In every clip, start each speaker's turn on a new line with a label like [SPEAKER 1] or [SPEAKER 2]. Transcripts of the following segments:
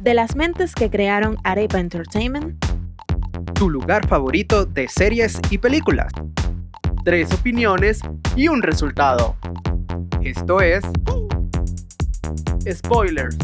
[SPEAKER 1] De las mentes que crearon Arepa Entertainment,
[SPEAKER 2] tu lugar favorito de series y películas. Tres opiniones y un resultado. Esto es Spoilers.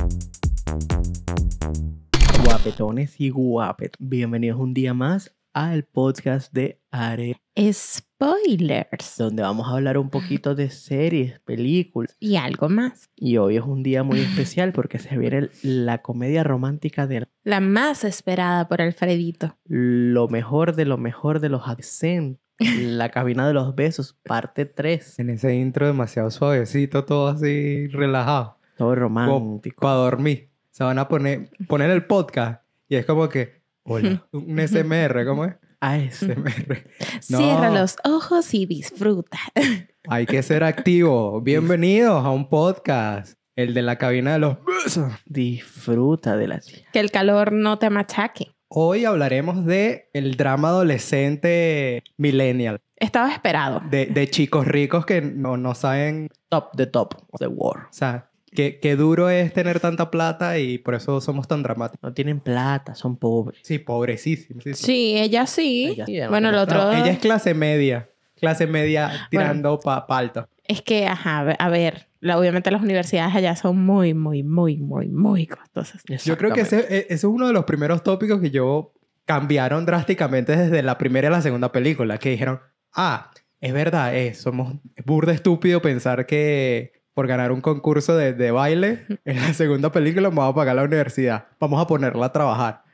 [SPEAKER 3] Guapetones y guapet, bienvenidos un día más al podcast de Are,
[SPEAKER 4] Spoilers.
[SPEAKER 3] donde vamos a hablar un poquito de series, películas.
[SPEAKER 4] Y algo más.
[SPEAKER 3] Y hoy es un día muy especial porque se viene la comedia romántica de
[SPEAKER 4] La más esperada por Alfredito.
[SPEAKER 3] lo mejor de lo mejor de los accent, la cabina de los besos, parte 3.
[SPEAKER 5] En ese intro demasiado suavecito, todo así relajado.
[SPEAKER 3] Todo romántico.
[SPEAKER 5] Para dormir. Se van a poner, poner el podcast y es como que, hola, un SMR, ¿cómo es?
[SPEAKER 3] Ah, ese.
[SPEAKER 5] SMR. No.
[SPEAKER 4] Cierra los ojos y disfruta.
[SPEAKER 5] Hay que ser activo. Bienvenidos a un podcast, el de la cabina de los besos.
[SPEAKER 3] Disfruta de la tía.
[SPEAKER 4] Que el calor no te machaque.
[SPEAKER 5] Hoy hablaremos de el drama adolescente millennial,
[SPEAKER 4] Estaba esperado.
[SPEAKER 5] de, de chicos ricos que no, no saben,
[SPEAKER 3] Top de top of the world.
[SPEAKER 5] o sea, qué, qué duro es tener tanta plata y por eso somos tan dramáticos.
[SPEAKER 3] No tienen plata, son pobres.
[SPEAKER 5] Sí, pobrecísimos. sí, sí.
[SPEAKER 4] Sí, ella sí.
[SPEAKER 3] Ella sí,
[SPEAKER 4] bueno, el
[SPEAKER 3] no,
[SPEAKER 4] otro
[SPEAKER 5] No, ella es clase media. Clase media tirando pa, pa alto.
[SPEAKER 4] es que, ajá, a ver, la- obviamente las universidades allá son muy, muy, muy, muy, muy costosas.
[SPEAKER 5] Yo creo que ese, e- ese es uno de los primeros tópicos que yo cambiaron drásticamente desde la primera y la segunda película. Que dijeron, ah, es verdad, eh, somos es burda estúpido pensar que por ganar un concurso de, de baile en la segunda película me vamos a pagar la universidad. Vamos a ponerla a trabajar.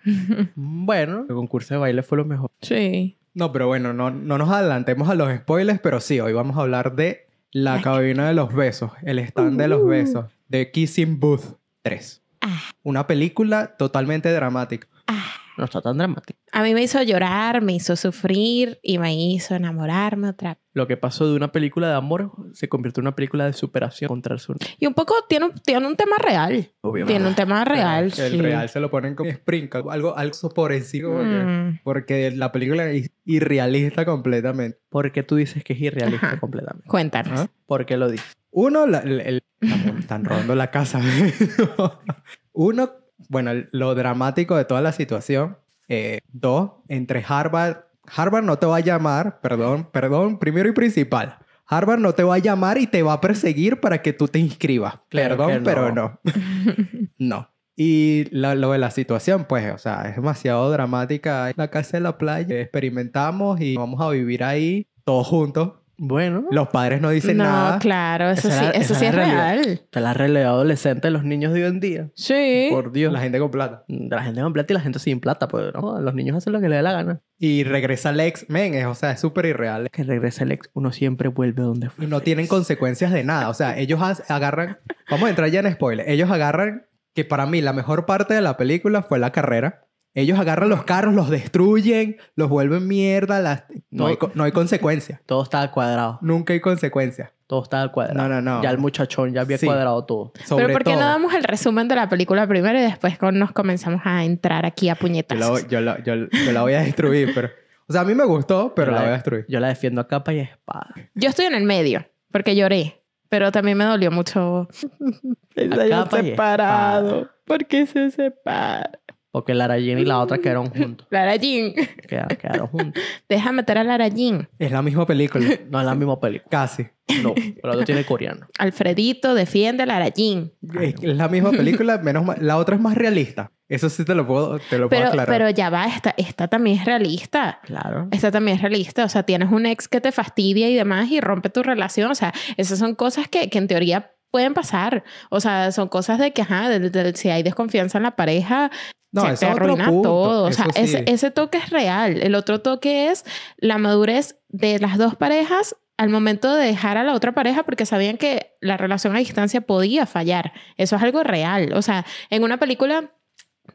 [SPEAKER 3] Bueno, el concurso de baile fue lo mejor.
[SPEAKER 4] Sí.
[SPEAKER 5] No, pero bueno, no, no nos adelantemos a los spoilers, pero sí, hoy vamos a hablar de la cabina de los besos, el stand de
[SPEAKER 3] Uh.
[SPEAKER 5] los besos, de Kissing Booth 3.
[SPEAKER 4] Ah.
[SPEAKER 5] Una película totalmente dramática.
[SPEAKER 3] No está tan dramático.
[SPEAKER 4] A mí me hizo llorar, me hizo sufrir y me hizo enamorarme otra
[SPEAKER 3] Lo que pasó de una película de amor se convirtió en una película de superación contra el sur.
[SPEAKER 4] Y un poco tiene un, tiene un tema real. Tiene un tema real.
[SPEAKER 5] Que El
[SPEAKER 4] sí.
[SPEAKER 5] real se lo ponen como sprinkle, algo, algo por encima, porque-
[SPEAKER 4] Mm.
[SPEAKER 5] porque la película es irrealista completamente.
[SPEAKER 3] Porque tú dices que es irrealista
[SPEAKER 4] Ajá.
[SPEAKER 3] completamente.
[SPEAKER 4] Cuéntanos.
[SPEAKER 5] ¿Ah?
[SPEAKER 3] ¿Por qué lo dices?
[SPEAKER 5] Uno, la- el- el- están robando la casa. Uno, bueno, el- lo dramático de toda la situación. Eh, dos, entre Harvard. Harvard no te va a llamar, perdón, perdón, primero y principal. Harvard no te va a llamar y te va a perseguir para que tú te inscribas.
[SPEAKER 3] Claro que
[SPEAKER 5] perdón,
[SPEAKER 3] no.
[SPEAKER 5] pero no. no. Y la- lo de la situación, pues, o sea, es demasiado dramática. Es La casa de la playa, experimentamos y vamos a vivir ahí todos juntos.
[SPEAKER 3] Bueno,
[SPEAKER 5] Los padres no dicen
[SPEAKER 4] no,
[SPEAKER 5] nada.
[SPEAKER 4] claro, eso
[SPEAKER 3] Esa
[SPEAKER 4] sí,
[SPEAKER 3] era-
[SPEAKER 4] eso
[SPEAKER 3] esa
[SPEAKER 4] sí es
[SPEAKER 3] era la realidad.
[SPEAKER 4] real.
[SPEAKER 3] está la realidad adolescente de los niños de hoy en día.
[SPEAKER 4] Sí.
[SPEAKER 3] Por Dios.
[SPEAKER 5] La gente con plata.
[SPEAKER 3] De la gente con plata y la gente sin plata, pues no, los niños hacen lo que les dé la gana.
[SPEAKER 5] Y regresa Lex, men, es, o sea, es súper irreal.
[SPEAKER 3] Que regresa el ex, uno siempre vuelve donde fue.
[SPEAKER 5] Y no tienen consecuencias de nada. O sea, ellos as- agarran. Vamos a entrar ya en spoiler. Ellos agarran que para mí la mejor parte de la película fue la carrera. Ellos agarran los carros, los destruyen, los vuelven mierda. las- No, hay, co- no hay consecuencia.
[SPEAKER 3] Todo estaba cuadrado,
[SPEAKER 5] Nunca hay consecuencia.
[SPEAKER 3] todo estaba cuadrado.
[SPEAKER 5] No, no, no.
[SPEAKER 3] Ya el muchachón ya había
[SPEAKER 5] Sí.
[SPEAKER 3] cuadrado todo.
[SPEAKER 5] Sobre
[SPEAKER 4] Pero ¿por qué
[SPEAKER 5] todo.
[SPEAKER 4] no damos el resumen de la película primero y después con- nos comenzamos a entrar aquí a
[SPEAKER 5] Yo la,
[SPEAKER 4] puñetazos?
[SPEAKER 5] voy- yo la- yo- yo la voy a destruir, pero. O sea, a mí me gustó, pero la voy a destruir.
[SPEAKER 3] Yo la defiendo a capa y espada.
[SPEAKER 4] Yo estoy en el medio, porque lloré. Pero también me dolió mucho. pues, ah.
[SPEAKER 3] hayan separado.
[SPEAKER 4] ¿Por qué se separa?
[SPEAKER 3] Porque Lara Jean y la otra quedaron juntos.
[SPEAKER 4] Lara Jean.
[SPEAKER 3] Quedaron, quedaron juntos.
[SPEAKER 4] Deja meter a Lara Jean.
[SPEAKER 5] Es la misma película.
[SPEAKER 3] No es la misma película.
[SPEAKER 5] Casi.
[SPEAKER 3] No, pero la otra tiene coreano.
[SPEAKER 4] Alfredito defiende a Lara Jean.
[SPEAKER 5] Es es la misma película, menos mal- La otra es más realista. Eso sí te lo puedo, te lo puedo
[SPEAKER 4] Pero,
[SPEAKER 5] aclarar.
[SPEAKER 4] pero ya va, esta, esta también es realista.
[SPEAKER 3] Claro.
[SPEAKER 4] Esta también es realista. O sea, tienes un ex que te fastidia y demás y rompe tu relación. O sea, esas son cosas que, que en teoría pueden pasar. O sea, son cosas de que, ajá, de- de- si hay desconfianza en la pareja, se te arruina todo. O sea,
[SPEAKER 5] Eso sí.
[SPEAKER 4] ese, ese toque es real. El otro toque es la madurez de las dos parejas al momento de dejar a la otra pareja porque sabían que la relación a distancia podía fallar. Eso es algo real. O sea, en una película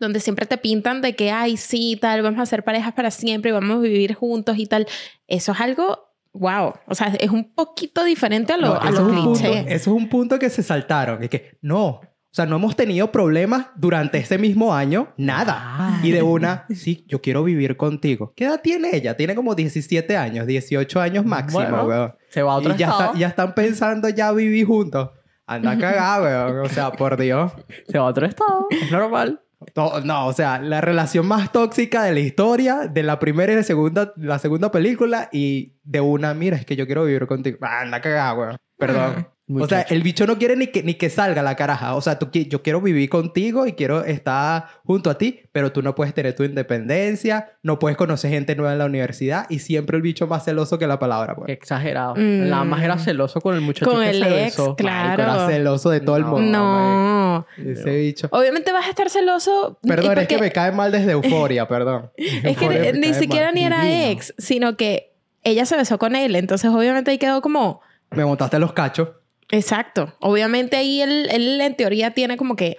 [SPEAKER 4] donde siempre te pintan de que, ay, sí, tal, vamos a ser parejas para siempre y vamos a vivir juntos y tal. Eso es algo, wow. O sea, es un poquito diferente a lo,
[SPEAKER 5] No,
[SPEAKER 4] a
[SPEAKER 5] eso
[SPEAKER 4] lo
[SPEAKER 5] es un punto-
[SPEAKER 4] cliché.
[SPEAKER 5] eso es un punto que se saltaron. Es que no. O sea, no hemos tenido problemas durante ese mismo año, nada.
[SPEAKER 3] Ah.
[SPEAKER 5] Y de una, sí, yo quiero vivir contigo. ¿Qué edad tiene ella? Tiene como 17 años, 18 años máximo,
[SPEAKER 3] Bueno,
[SPEAKER 5] weón.
[SPEAKER 3] Se va a otro
[SPEAKER 5] Y ya, está-
[SPEAKER 3] estado.
[SPEAKER 5] ya están pensando ya vivir juntos. Anda cagada, weón. O sea, por Dios.
[SPEAKER 3] Se va a otro estado. Es normal.
[SPEAKER 5] No, no, o sea, la relación más tóxica de la historia, de la primera y la segunda, la segunda película, y de una, mira, es que yo quiero vivir contigo. Ah, Anda cagada, weón. Perdón.
[SPEAKER 3] Ah,
[SPEAKER 5] O sea,
[SPEAKER 3] Muchacho.
[SPEAKER 5] el bicho no quiere ni que, ni que salga la caraja. O sea, tú, qui- yo quiero vivir contigo y quiero estar junto a ti, pero tú no puedes tener tu independencia, no puedes conocer gente nueva en la universidad y siempre el bicho más celoso que la palabra.
[SPEAKER 3] Qué
[SPEAKER 5] Pues.
[SPEAKER 3] exagerado.
[SPEAKER 4] Mm.
[SPEAKER 3] La más era celoso con el muchacho
[SPEAKER 4] Con
[SPEAKER 3] que
[SPEAKER 4] el ex,
[SPEAKER 3] se besó.
[SPEAKER 4] claro.
[SPEAKER 5] Era celoso de todo el
[SPEAKER 3] No,
[SPEAKER 5] mundo. marico.
[SPEAKER 4] no.
[SPEAKER 5] Ese bicho.
[SPEAKER 4] Obviamente vas a estar celoso. y
[SPEAKER 5] Perdón, es que
[SPEAKER 4] porque-
[SPEAKER 5] me cae mal desde euforia, perdón.
[SPEAKER 4] Es que
[SPEAKER 5] Euforia me
[SPEAKER 4] ni
[SPEAKER 5] cae mal.
[SPEAKER 4] siquiera ni era
[SPEAKER 5] Divino.
[SPEAKER 4] ex, sino que ella se besó con él. Entonces, obviamente ahí quedó como.
[SPEAKER 5] Me montaste los cachos.
[SPEAKER 4] Exacto. Obviamente ahí él, él en teoría tiene como que.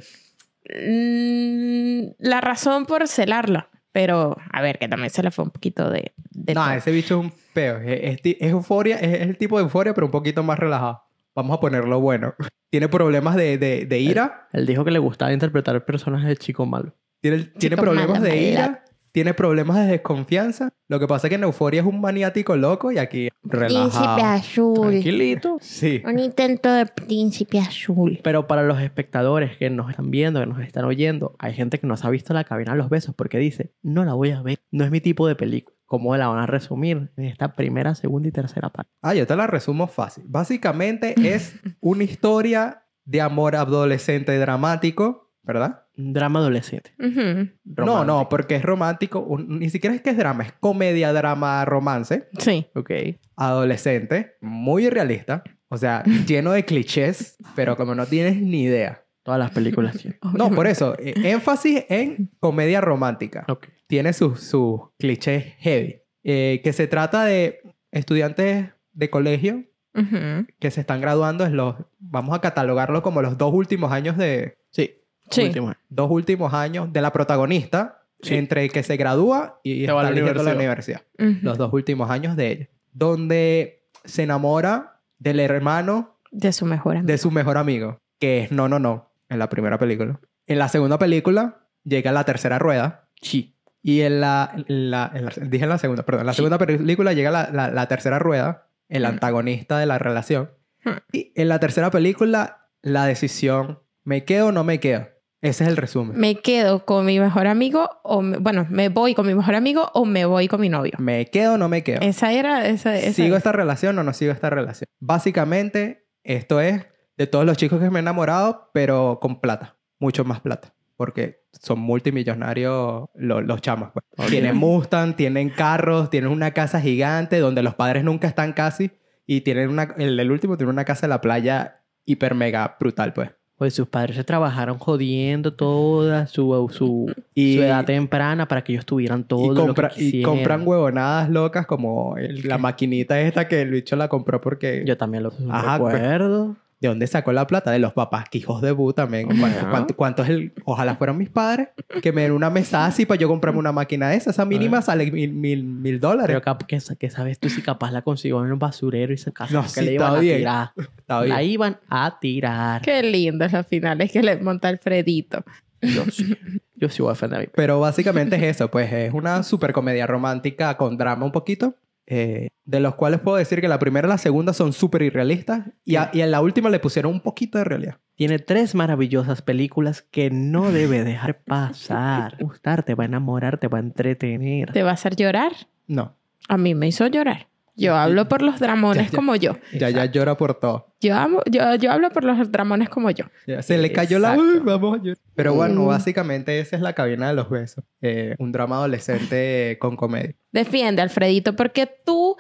[SPEAKER 4] mm, la razón por celarla. Pero, a ver, que también se le fue un poquito de. de
[SPEAKER 5] No,
[SPEAKER 4] todo.
[SPEAKER 5] ese bicho es un peo. Es, es ti- es euforia, es, es el tipo de euforia, pero un poquito más relajado. Vamos a ponerlo bueno. Tiene problemas de, de- de ira,
[SPEAKER 3] Él dijo que le gustaba interpretar personajes de chico malo.
[SPEAKER 5] tiene, tiene
[SPEAKER 4] Chico
[SPEAKER 5] problemas
[SPEAKER 4] mala
[SPEAKER 5] de
[SPEAKER 4] maldad.
[SPEAKER 5] ira, tiene problemas de desconfianza. Lo que pasa es que en euforia es un maniático loco y aquí
[SPEAKER 6] Príncipe
[SPEAKER 5] relajado.
[SPEAKER 6] azul.
[SPEAKER 3] Tranquilito.
[SPEAKER 5] Sí.
[SPEAKER 6] Un intento de príncipe azul.
[SPEAKER 3] Pero para los espectadores que nos están viendo, que nos están oyendo, hay gente que nos ha visto la cabina de los besos porque dice, no la voy a ver, no es mi tipo de película. ¿Cómo la van a resumir en esta primera, segunda y tercera parte?
[SPEAKER 5] Ah, yo te la resumo fácil. Básicamente es una historia de amor adolescente dramático, ¿verdad?
[SPEAKER 3] Un drama adolescente.
[SPEAKER 4] Ujú.
[SPEAKER 5] No, no, porque es romántico. un- ni siquiera es que es drama, es comedia, drama, romance.
[SPEAKER 4] Sí.
[SPEAKER 3] no. Ok.
[SPEAKER 5] adolescente, muy realista, o sea, lleno de clichés, pero como no tienes ni idea.
[SPEAKER 3] Todas las películas tienen.
[SPEAKER 5] No, por eso, eh, énfasis en comedia romántica.
[SPEAKER 3] Ok.
[SPEAKER 5] Tiene sus sus clichés heavy, Eh, que se trata de estudiantes de colegio
[SPEAKER 4] Ujú.
[SPEAKER 5] que se están graduando, es los, vamos a catalogarlo como los dos últimos años de,
[SPEAKER 3] Sí.
[SPEAKER 4] Sí.
[SPEAKER 3] Último.
[SPEAKER 5] dos últimos años de la protagonista,
[SPEAKER 3] Sí.
[SPEAKER 5] entre que se gradúa y
[SPEAKER 3] Se va a
[SPEAKER 5] está
[SPEAKER 3] la
[SPEAKER 5] eligiendo la
[SPEAKER 3] universidad.
[SPEAKER 5] universidad
[SPEAKER 4] Ujú.
[SPEAKER 5] los dos últimos años de ella, donde se enamora del hermano
[SPEAKER 4] De su mejor amigo.
[SPEAKER 5] de su mejor amigo, que es no, no, no, en la primera película. En la segunda película llega a la tercera rueda
[SPEAKER 3] Sí.
[SPEAKER 5] y en la, en la- en la- dije en la segunda, perdón, en la
[SPEAKER 3] Sí.
[SPEAKER 5] segunda película llega la, la- la tercera rueda, el
[SPEAKER 4] Mm.
[SPEAKER 5] antagonista de la relación.
[SPEAKER 4] Mm.
[SPEAKER 5] Y en la tercera película, la decisión, ¿me quedo o no me quedo? Ese es el resumen. Me,
[SPEAKER 4] Me quedo con mi mejor amigo o me- bueno, me voy con mi mejor amigo o me voy con mi novio.
[SPEAKER 5] quedo o no me quedo?
[SPEAKER 4] Esa era esa, esa
[SPEAKER 5] ¿Sigo esta relación o no sigo esta relación? Básicamente, esto es de todos los chicos que me he enamorado, pero con plata, mucho más plata, porque son multimillonarios lo- los chamos. pues. Tienen Mustang, tienen carros, tienen una casa gigante donde los padres nunca están casi y tienen una, el, el último tiene una casa en la playa hiper mega brutal, pues.
[SPEAKER 3] Pues sus padres se trabajaron jodiendo toda su, su,
[SPEAKER 5] Y,
[SPEAKER 3] su edad temprana para que ellos tuvieran
[SPEAKER 5] y
[SPEAKER 3] todo
[SPEAKER 5] compra-
[SPEAKER 3] lo que
[SPEAKER 5] y
[SPEAKER 3] quisieran.
[SPEAKER 5] compran huevonadas locas como el- la maquinita esta que el bicho la compró porque...
[SPEAKER 3] Yo también lo
[SPEAKER 5] Ajá, pues.
[SPEAKER 3] recuerdo.
[SPEAKER 5] ¿De dónde sacó la plata? De los papás, que hijos de bu también.
[SPEAKER 3] Ajá.
[SPEAKER 5] ¿Cuánto, cuánto, cuánto es el...? Ojalá fueran mis padres que me den una mesa así para yo comprarme una máquina de esa. Esa mínima sale mil, mil, mil dólares.
[SPEAKER 3] Pero cap- que, sa- que sabes tú si capaz la consiguió en un basurero y se casó
[SPEAKER 5] No,
[SPEAKER 3] que
[SPEAKER 5] sí,
[SPEAKER 3] le
[SPEAKER 5] está
[SPEAKER 3] iban a
[SPEAKER 5] bien.
[SPEAKER 3] tirar.
[SPEAKER 5] Está bien.
[SPEAKER 3] La iban a tirar.
[SPEAKER 4] Qué lindo los finales que le monta Alfredito.
[SPEAKER 3] Yo sí. Yo sí voy a defender a mi pe-
[SPEAKER 5] Pero básicamente es eso. Pues es una super comedia romántica con drama un poquito. eh, de los cuales puedo decir que la primera y la segunda son súper irrealistas. Y, a- y en la última le pusieron un poquito de realidad.
[SPEAKER 3] Tiene tres maravillosas películas que no debe dejar pasar. Te va a Gustar, te va a enamorar, te va a entretener.
[SPEAKER 4] ¿Te va a hacer llorar?
[SPEAKER 5] No.
[SPEAKER 4] A mí me hizo llorar. Yo hablo por los dramones
[SPEAKER 5] Ya, ya.
[SPEAKER 4] como yo.
[SPEAKER 5] Ya, ya llora por todo.
[SPEAKER 4] Yo, amo- yo. yo hablo por los dramones como yo.
[SPEAKER 5] Ya, Se le cayó la...
[SPEAKER 3] Exacto.
[SPEAKER 5] Uy, vamos Uh. a llorar. Pero bueno,
[SPEAKER 4] Mm.
[SPEAKER 5] básicamente esa es la cabina de los besos. Eh, un drama adolescente con comedia.
[SPEAKER 4] Defiende, Alfredito, porque tú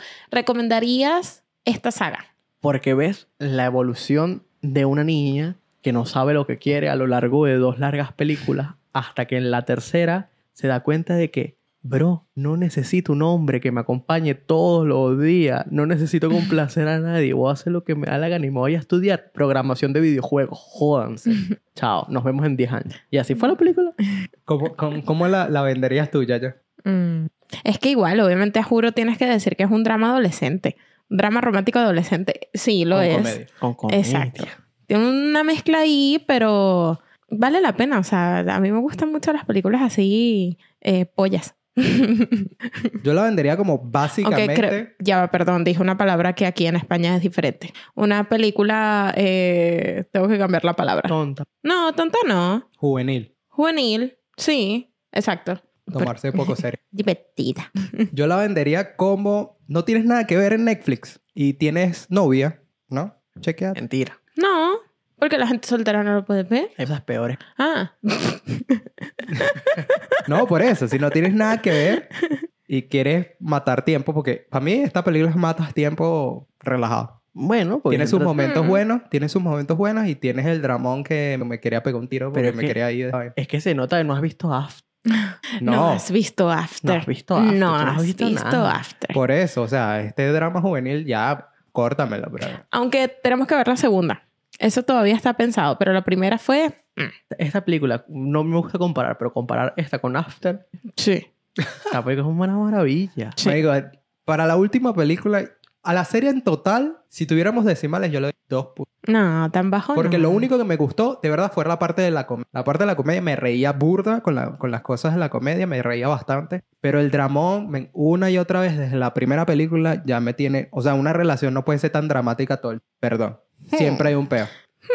[SPEAKER 4] recomendarías esta saga.
[SPEAKER 3] Porque ves la evolución de una niña que no sabe lo que quiere a lo largo de dos largas películas hasta que en la tercera se da cuenta de que, bro, no necesito un hombre que me acompañe todos los días, no necesito complacer a nadie, voy a hacer lo que me da la gana y me voy a estudiar programación de videojuegos, jódanse. Chao, nos vemos en 10 años. Y así fue la película.
[SPEAKER 5] ¿Cómo, cómo, cómo la, la venderías tú, Yaya?
[SPEAKER 4] Mm. Es que igual, obviamente, juro, tienes que decir que es un drama adolescente. Un drama romántico adolescente. Sí, lo
[SPEAKER 5] Con
[SPEAKER 4] es.
[SPEAKER 5] comedia.
[SPEAKER 3] Con comedia.
[SPEAKER 4] Exacto. Tiene una mezcla ahí, pero vale la pena. O sea, a mí me gustan mucho las películas así, eh, pollas.
[SPEAKER 5] Yo la vendería como
[SPEAKER 4] Ok,
[SPEAKER 5] básicamente.
[SPEAKER 4] creo, ya va, perdón, dije una palabra que aquí en España es diferente. Una película, eh, tengo que cambiar la palabra. No,
[SPEAKER 3] Tonta.
[SPEAKER 4] tonta no.
[SPEAKER 5] juvenil.
[SPEAKER 4] Juvenil, sí, exacto.
[SPEAKER 5] Tomarse poco serio.
[SPEAKER 6] Divertida.
[SPEAKER 5] Yo la vendería como no tienes nada que ver en Netflix y tienes novia, ¿no? Chequea.
[SPEAKER 3] Mentira.
[SPEAKER 4] No, porque la gente soltera no lo puede ver.
[SPEAKER 3] Esas peores.
[SPEAKER 4] Ah,
[SPEAKER 5] No, por eso. Si no tienes nada que ver y quieres matar tiempo, porque para mí esta película es matas tiempo relajado.
[SPEAKER 3] Bueno, pues porque
[SPEAKER 5] Tiene sus
[SPEAKER 3] entonces-
[SPEAKER 5] momentos
[SPEAKER 4] Mm.
[SPEAKER 5] buenos, tiene sus momentos buenos y tienes el dramón que me quería pegar un tiro porque
[SPEAKER 3] Pero es
[SPEAKER 5] me
[SPEAKER 3] que-
[SPEAKER 5] quería ir. de-
[SPEAKER 3] Es que se nota que no has visto After.
[SPEAKER 4] no.
[SPEAKER 5] No,
[SPEAKER 4] has visto After.
[SPEAKER 3] No has visto After,
[SPEAKER 4] No
[SPEAKER 3] tú no has
[SPEAKER 4] has
[SPEAKER 3] visto
[SPEAKER 4] visto,
[SPEAKER 3] nada.
[SPEAKER 4] After.
[SPEAKER 5] por eso. O sea, este drama juvenil ya córtamelo, bro.
[SPEAKER 4] Aunque tenemos que ver la segunda. Eso todavía está pensado, pero la primera fue... mm,
[SPEAKER 3] Esta película, no me gusta comparar, pero comparar esta con After,
[SPEAKER 4] Sí.
[SPEAKER 3] la película es una maravilla.
[SPEAKER 4] Sí.
[SPEAKER 5] Marico, para la última película, a la serie en total, si tuviéramos decimales, yo le doy dos pu-
[SPEAKER 4] No, tan bajo
[SPEAKER 5] Porque
[SPEAKER 4] no.
[SPEAKER 5] lo único que me gustó, de verdad, fue la parte de la comedia. La parte de la comedia me reía burda con, la- con las cosas de la comedia, me reía bastante. Pero el dramón, men, una y otra vez, desde la primera película, ya me tiene... O sea, una relación no puede ser tan dramática todo el... Perdón. Siempre hay un peo.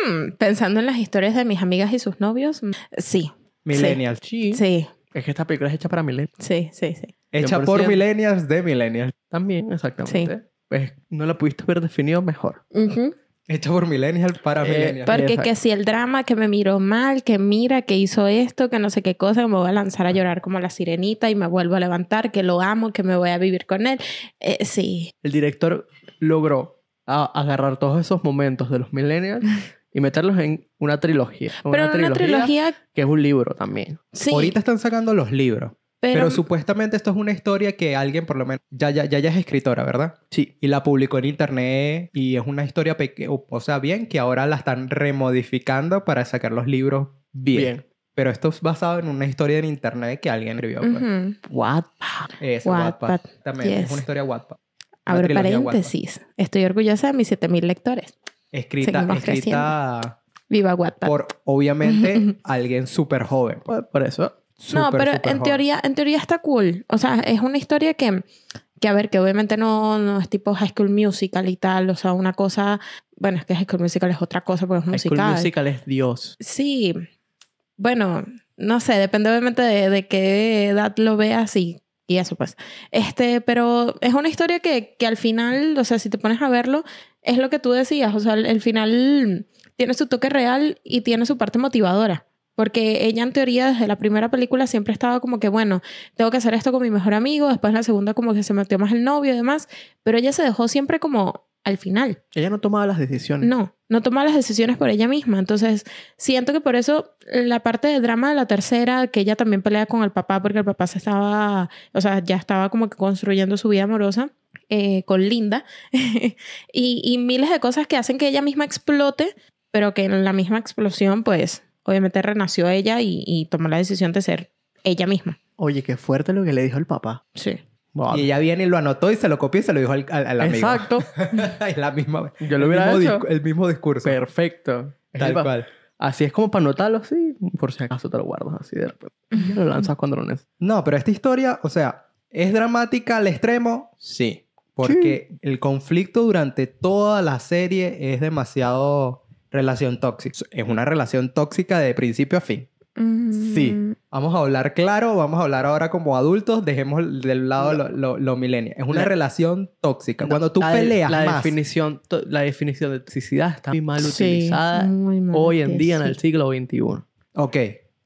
[SPEAKER 4] Hmm, pensando en las historias de mis amigas y sus novios, mm, sí,
[SPEAKER 5] Millennials.
[SPEAKER 3] Sí.
[SPEAKER 4] sí,
[SPEAKER 3] Es que esta película es hecha para millennials
[SPEAKER 4] sí, sí, sí.
[SPEAKER 5] Hecha
[SPEAKER 3] 100%.
[SPEAKER 5] por millennials de millennials.
[SPEAKER 3] también, exactamente. Pues no la pudiste haber definido mejor.
[SPEAKER 4] Ujú.
[SPEAKER 5] Hecha por millennials para
[SPEAKER 3] Eh,
[SPEAKER 5] millennials.
[SPEAKER 3] pa-
[SPEAKER 4] Porque
[SPEAKER 3] Exacto.
[SPEAKER 4] que si el drama que me miró mal, que mira, que hizo esto, que no sé qué cosa, que me voy a lanzar a llorar como la sirenita y me vuelvo a levantar, que lo amo, que me voy a vivir con él. Eh, sí,
[SPEAKER 3] El director logró a- agarrar todos esos momentos de los millennials y meterlos en una trilogía.
[SPEAKER 4] pero en una trilogía,
[SPEAKER 3] que es un libro también.
[SPEAKER 4] sí.
[SPEAKER 5] Ahorita están sacando los libros. Pero,
[SPEAKER 4] pero,
[SPEAKER 5] supuestamente esto es una historia que alguien, por lo menos, ya, ya, ya, ya es escritora, ¿verdad?
[SPEAKER 3] Sí.
[SPEAKER 5] Y la publicó en internet y es una historia pequeña, o sea, bien, que ahora la están remodificando para sacar los libros bien.
[SPEAKER 3] Bien.
[SPEAKER 5] Pero esto es basado en una historia en internet que alguien escribió. pues. Eh,
[SPEAKER 4] ujú.
[SPEAKER 3] What?
[SPEAKER 4] Ah,
[SPEAKER 5] Eso,
[SPEAKER 4] Wattpad,
[SPEAKER 5] Wattpad. También es
[SPEAKER 4] yes.
[SPEAKER 5] una historia Wattpad. Una
[SPEAKER 4] Abre
[SPEAKER 5] trilogía Wattpad.
[SPEAKER 4] paréntesis. Estoy orgullosa de mis 7000 lectores.
[SPEAKER 5] Escrita,
[SPEAKER 4] Seguimos
[SPEAKER 5] escrita
[SPEAKER 4] Viva Wattpad.
[SPEAKER 5] por, obviamente, alguien súper joven. pues.
[SPEAKER 3] Por eso.
[SPEAKER 4] No,
[SPEAKER 5] Súper,
[SPEAKER 4] pero
[SPEAKER 5] súper
[SPEAKER 4] en
[SPEAKER 5] joven.
[SPEAKER 4] teoría, en teoría está cool. O sea, es una historia que, que a ver, que obviamente no, no es tipo High School Musical y tal. O sea, una cosa, bueno, es que High School Musical es otra cosa porque es
[SPEAKER 3] High School
[SPEAKER 4] musical.
[SPEAKER 3] Musical es Dios.
[SPEAKER 4] Sí, bueno, no sé, depende obviamente de, de qué edad lo veas y, y eso pues. Este, pero es una historia que, que al final, o sea, si te pones a verlo, es lo que tú decías, o sea, el, el final tiene su toque real y tiene su parte motivadora. Porque ella en teoría desde la primera película siempre estaba como que, bueno, tengo que hacer esto con mi mejor amigo, después en la segunda como que se metió más el novio y demás, pero ella se dejó siempre como al final.
[SPEAKER 3] Ella no tomaba las decisiones.
[SPEAKER 4] No, no toma las decisiones por ella misma. Entonces, siento que por eso la parte de drama de la tercera, que ella también pelea con el papá, porque el papá se estaba, o sea, ya estaba como que construyendo su vida amorosa eh, con Linda, y, y miles de cosas que hacen que ella misma explote, pero que en la misma explosión, pues, obviamente renació ella y, y tomó la decisión de ser ella misma.
[SPEAKER 3] Oye, qué fuerte lo que le dijo el papá.
[SPEAKER 4] Sí.
[SPEAKER 3] Wow.
[SPEAKER 5] Y ella viene y lo anotó y se lo copió y se lo dijo al, al, al amigo.
[SPEAKER 3] Exacto.
[SPEAKER 5] Es la misma.
[SPEAKER 3] Yo lo
[SPEAKER 5] el
[SPEAKER 3] hubiera
[SPEAKER 5] mismo
[SPEAKER 3] hecho.
[SPEAKER 5] discu- El mismo discurso.
[SPEAKER 3] Perfecto. Es
[SPEAKER 5] Tal
[SPEAKER 3] el pa-
[SPEAKER 5] cual.
[SPEAKER 3] Así es como para anotarlo, sí. Por si acaso te lo guardas así de repente. Y Lo lanzas cuando lo necesites.
[SPEAKER 5] No, pero esta historia, o sea, ¿es dramática al extremo? Sí. Porque el conflicto durante toda la serie es demasiado relación tóxica. Es una relación tóxica de principio a fin.
[SPEAKER 4] Mm,
[SPEAKER 5] Sí. Vamos a hablar claro, vamos a hablar ahora como adultos, dejemos del lado lo, lo, lo millennial. Es una
[SPEAKER 3] La-
[SPEAKER 5] relación tóxica. Cuando tú
[SPEAKER 3] La de-
[SPEAKER 5] peleas
[SPEAKER 3] la
[SPEAKER 5] más,
[SPEAKER 3] definición, to- la definición de toxicidad está muy mal
[SPEAKER 4] Sí,
[SPEAKER 3] utilizada
[SPEAKER 4] muy mal
[SPEAKER 3] hoy en día en el
[SPEAKER 4] utilizada.
[SPEAKER 3] siglo XXI.
[SPEAKER 5] ok.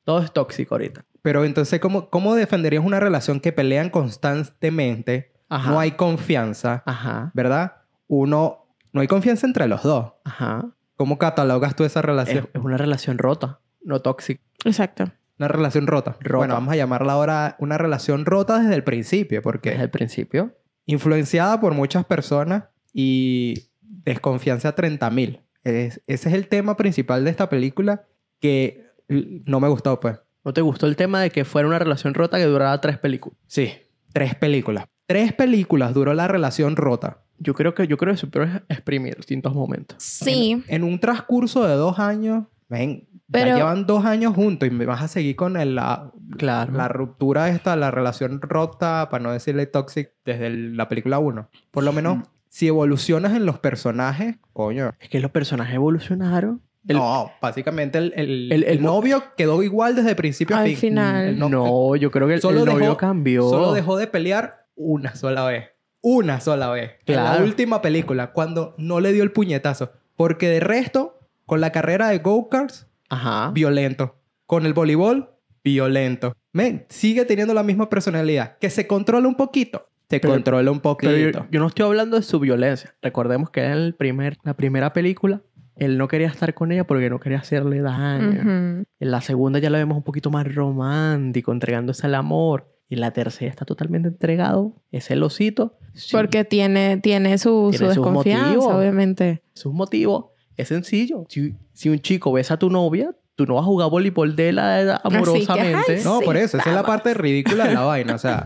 [SPEAKER 3] Todo es tóxico ahorita.
[SPEAKER 5] Pero entonces, ¿cómo, ¿cómo defenderías una relación que pelean constantemente?
[SPEAKER 3] Ajá.
[SPEAKER 5] No hay confianza,
[SPEAKER 3] Ajá.
[SPEAKER 5] ¿verdad? Uno, no hay confianza entre los dos.
[SPEAKER 3] Ajá.
[SPEAKER 5] ¿Cómo catalogas tú esa
[SPEAKER 3] Es,
[SPEAKER 5] relación?
[SPEAKER 3] es una relación rota, no tóxica.
[SPEAKER 4] Exacto.
[SPEAKER 5] Una relación rota.
[SPEAKER 3] Rota.
[SPEAKER 5] Bueno, vamos a llamarla ahora una relación rota desde el principio, porque
[SPEAKER 3] Desde el principio.
[SPEAKER 5] influenciada por muchas personas y desconfianza 30.000. Es- ese es el tema principal de esta película que l- no me gustó, pues.
[SPEAKER 3] ¿No te gustó el tema de que fuera una relación rota que durara tres películas?
[SPEAKER 5] Sí, tres películas. Tres películas duró la relación rota.
[SPEAKER 3] Yo creo que yo creo que supieron exprimir distintos momentos.
[SPEAKER 4] Sí.
[SPEAKER 5] En un transcurso de dos años, ven, ya
[SPEAKER 4] Pero-
[SPEAKER 5] llevan dos años juntos y me vas a seguir con el, la-
[SPEAKER 3] Claro.
[SPEAKER 5] La ruptura esta, la relación rota, para no decirle toxic, desde el- la película 1. Por lo menos, si evolucionas en los personajes, coño.
[SPEAKER 3] Es que los personajes evolucionaron. El-
[SPEAKER 5] no, básicamente el, el,
[SPEAKER 3] El- el-
[SPEAKER 5] novio quedó igual desde principio a
[SPEAKER 4] Al
[SPEAKER 5] fin.
[SPEAKER 4] final.
[SPEAKER 5] Mm, El
[SPEAKER 3] No,
[SPEAKER 5] no-
[SPEAKER 3] yo creo que el,
[SPEAKER 5] Solo
[SPEAKER 3] el novio
[SPEAKER 5] dejó-
[SPEAKER 3] cambió.
[SPEAKER 5] Solo dejó de pelear una sola vez. Una sola vez. En
[SPEAKER 3] Claro.
[SPEAKER 5] la última película, cuando no le dio el puñetazo. Porque de resto, con la carrera de go-karts,
[SPEAKER 3] Ajá.
[SPEAKER 5] violento. Con el voleibol, violento. Men, sigue teniendo la misma personalidad. Que se controla un poquito. Se
[SPEAKER 3] Pero-
[SPEAKER 5] controla un poquito.
[SPEAKER 3] Pero yo, yo no estoy hablando de su violencia. Recordemos que en el primer, la primera película, él no quería estar con ella porque no quería hacerle daño.
[SPEAKER 4] Ujú.
[SPEAKER 3] En la segunda ya lo vemos un poquito más romántico, entregándose al amor. Y en la tercera está totalmente entregado, es celosito. Sí,
[SPEAKER 4] Porque tiene, tiene su,
[SPEAKER 3] Tiene
[SPEAKER 4] su
[SPEAKER 3] sus
[SPEAKER 4] desconfianza,
[SPEAKER 3] motivos.
[SPEAKER 4] obviamente.
[SPEAKER 3] es un motivo, es sencillo. Si, si un chico besa a tu novia, tú no vas a jugar voleibol de la edad
[SPEAKER 4] Así que,
[SPEAKER 3] amorosamente.
[SPEAKER 4] ay,
[SPEAKER 5] No,
[SPEAKER 4] Sí,
[SPEAKER 5] por eso. Esa es la
[SPEAKER 4] vamos.
[SPEAKER 5] parte ridícula de la vaina. O sea,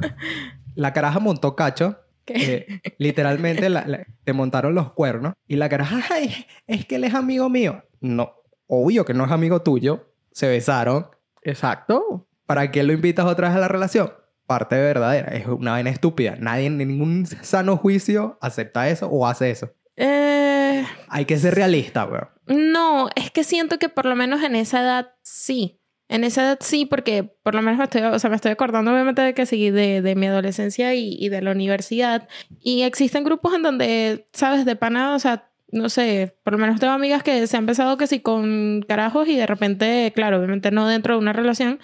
[SPEAKER 5] la caraja montó cacho. eh, literalmente la- la- te montaron los cuernos. Y la caraja, ay, es que él es amigo mío. No, obvio que no es amigo tuyo. Se besaron.
[SPEAKER 3] Exacto.
[SPEAKER 5] ¿Para qué lo invitas otra vez a la relación? Parte verdadera. Es una vaina estúpida. Nadie en ningún sano juicio acepta eso o hace eso.
[SPEAKER 4] Eh,
[SPEAKER 5] Hay que ser realista, weón.
[SPEAKER 4] no, es que siento que por lo menos en esa edad sí. En esa edad sí, porque por lo menos me estoy, o sea, me estoy acordando obviamente de que seguí de, de mi adolescencia y, y de la universidad. Y existen grupos en donde, ¿sabes? De pana, o sea, no sé, por lo menos tengo amigas que se han empezado que sí con carajos y de repente, claro, obviamente no dentro de una relación,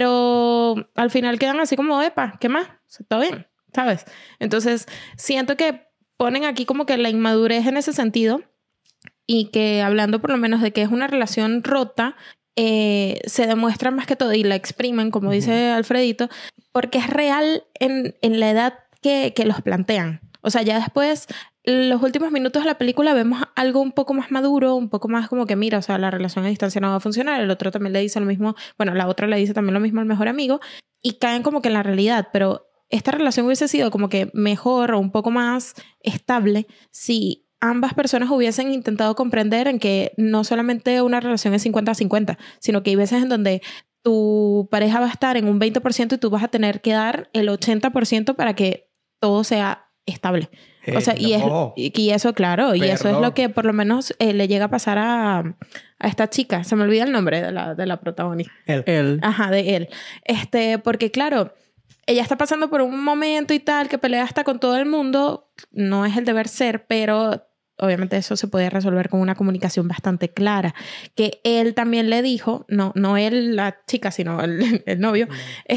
[SPEAKER 4] pero al final quedan así como, epa, ¿qué más? O sea, Todo bien, ¿sabes? Entonces, siento que ponen aquí como que la inmadurez en ese sentido y que hablando por lo menos de que es una relación rota, eh, se demuestra más que todo y la exprimen, como dice Alfredito, porque es real en, en la edad que, que los plantean. O sea, ya después, los últimos minutos de la película vemos algo un poco más maduro, un poco más como que, mira, o sea, la relación a distancia no va a funcionar. El otro también le dice lo mismo, bueno, la otra le dice también lo mismo al mejor amigo y caen como que en la realidad, pero esta relación hubiese sido como que mejor o un poco más estable si ambas personas hubiesen intentado comprender en que no solamente una relación es 50-50, sino que hay veces en donde tu pareja va a estar en un 20% y tú vas a tener que dar el 80% para que todo sea estable. O sea, y, es- y- y eso, claro, y eso es
[SPEAKER 5] Eh, Perdón.
[SPEAKER 4] lo que por lo menos eh, le llega a pasar a, a esta chica. Se me olvida el nombre de la, de la protagonista.
[SPEAKER 3] Él.
[SPEAKER 4] Ajá, de él. Este, porque claro, ella está pasando por un momento y tal, que pelea hasta con todo el mundo. No es el deber ser, pero obviamente eso se podía resolver con una comunicación bastante clara. Que él también le dijo, no, no él, la chica, sino el, el novio,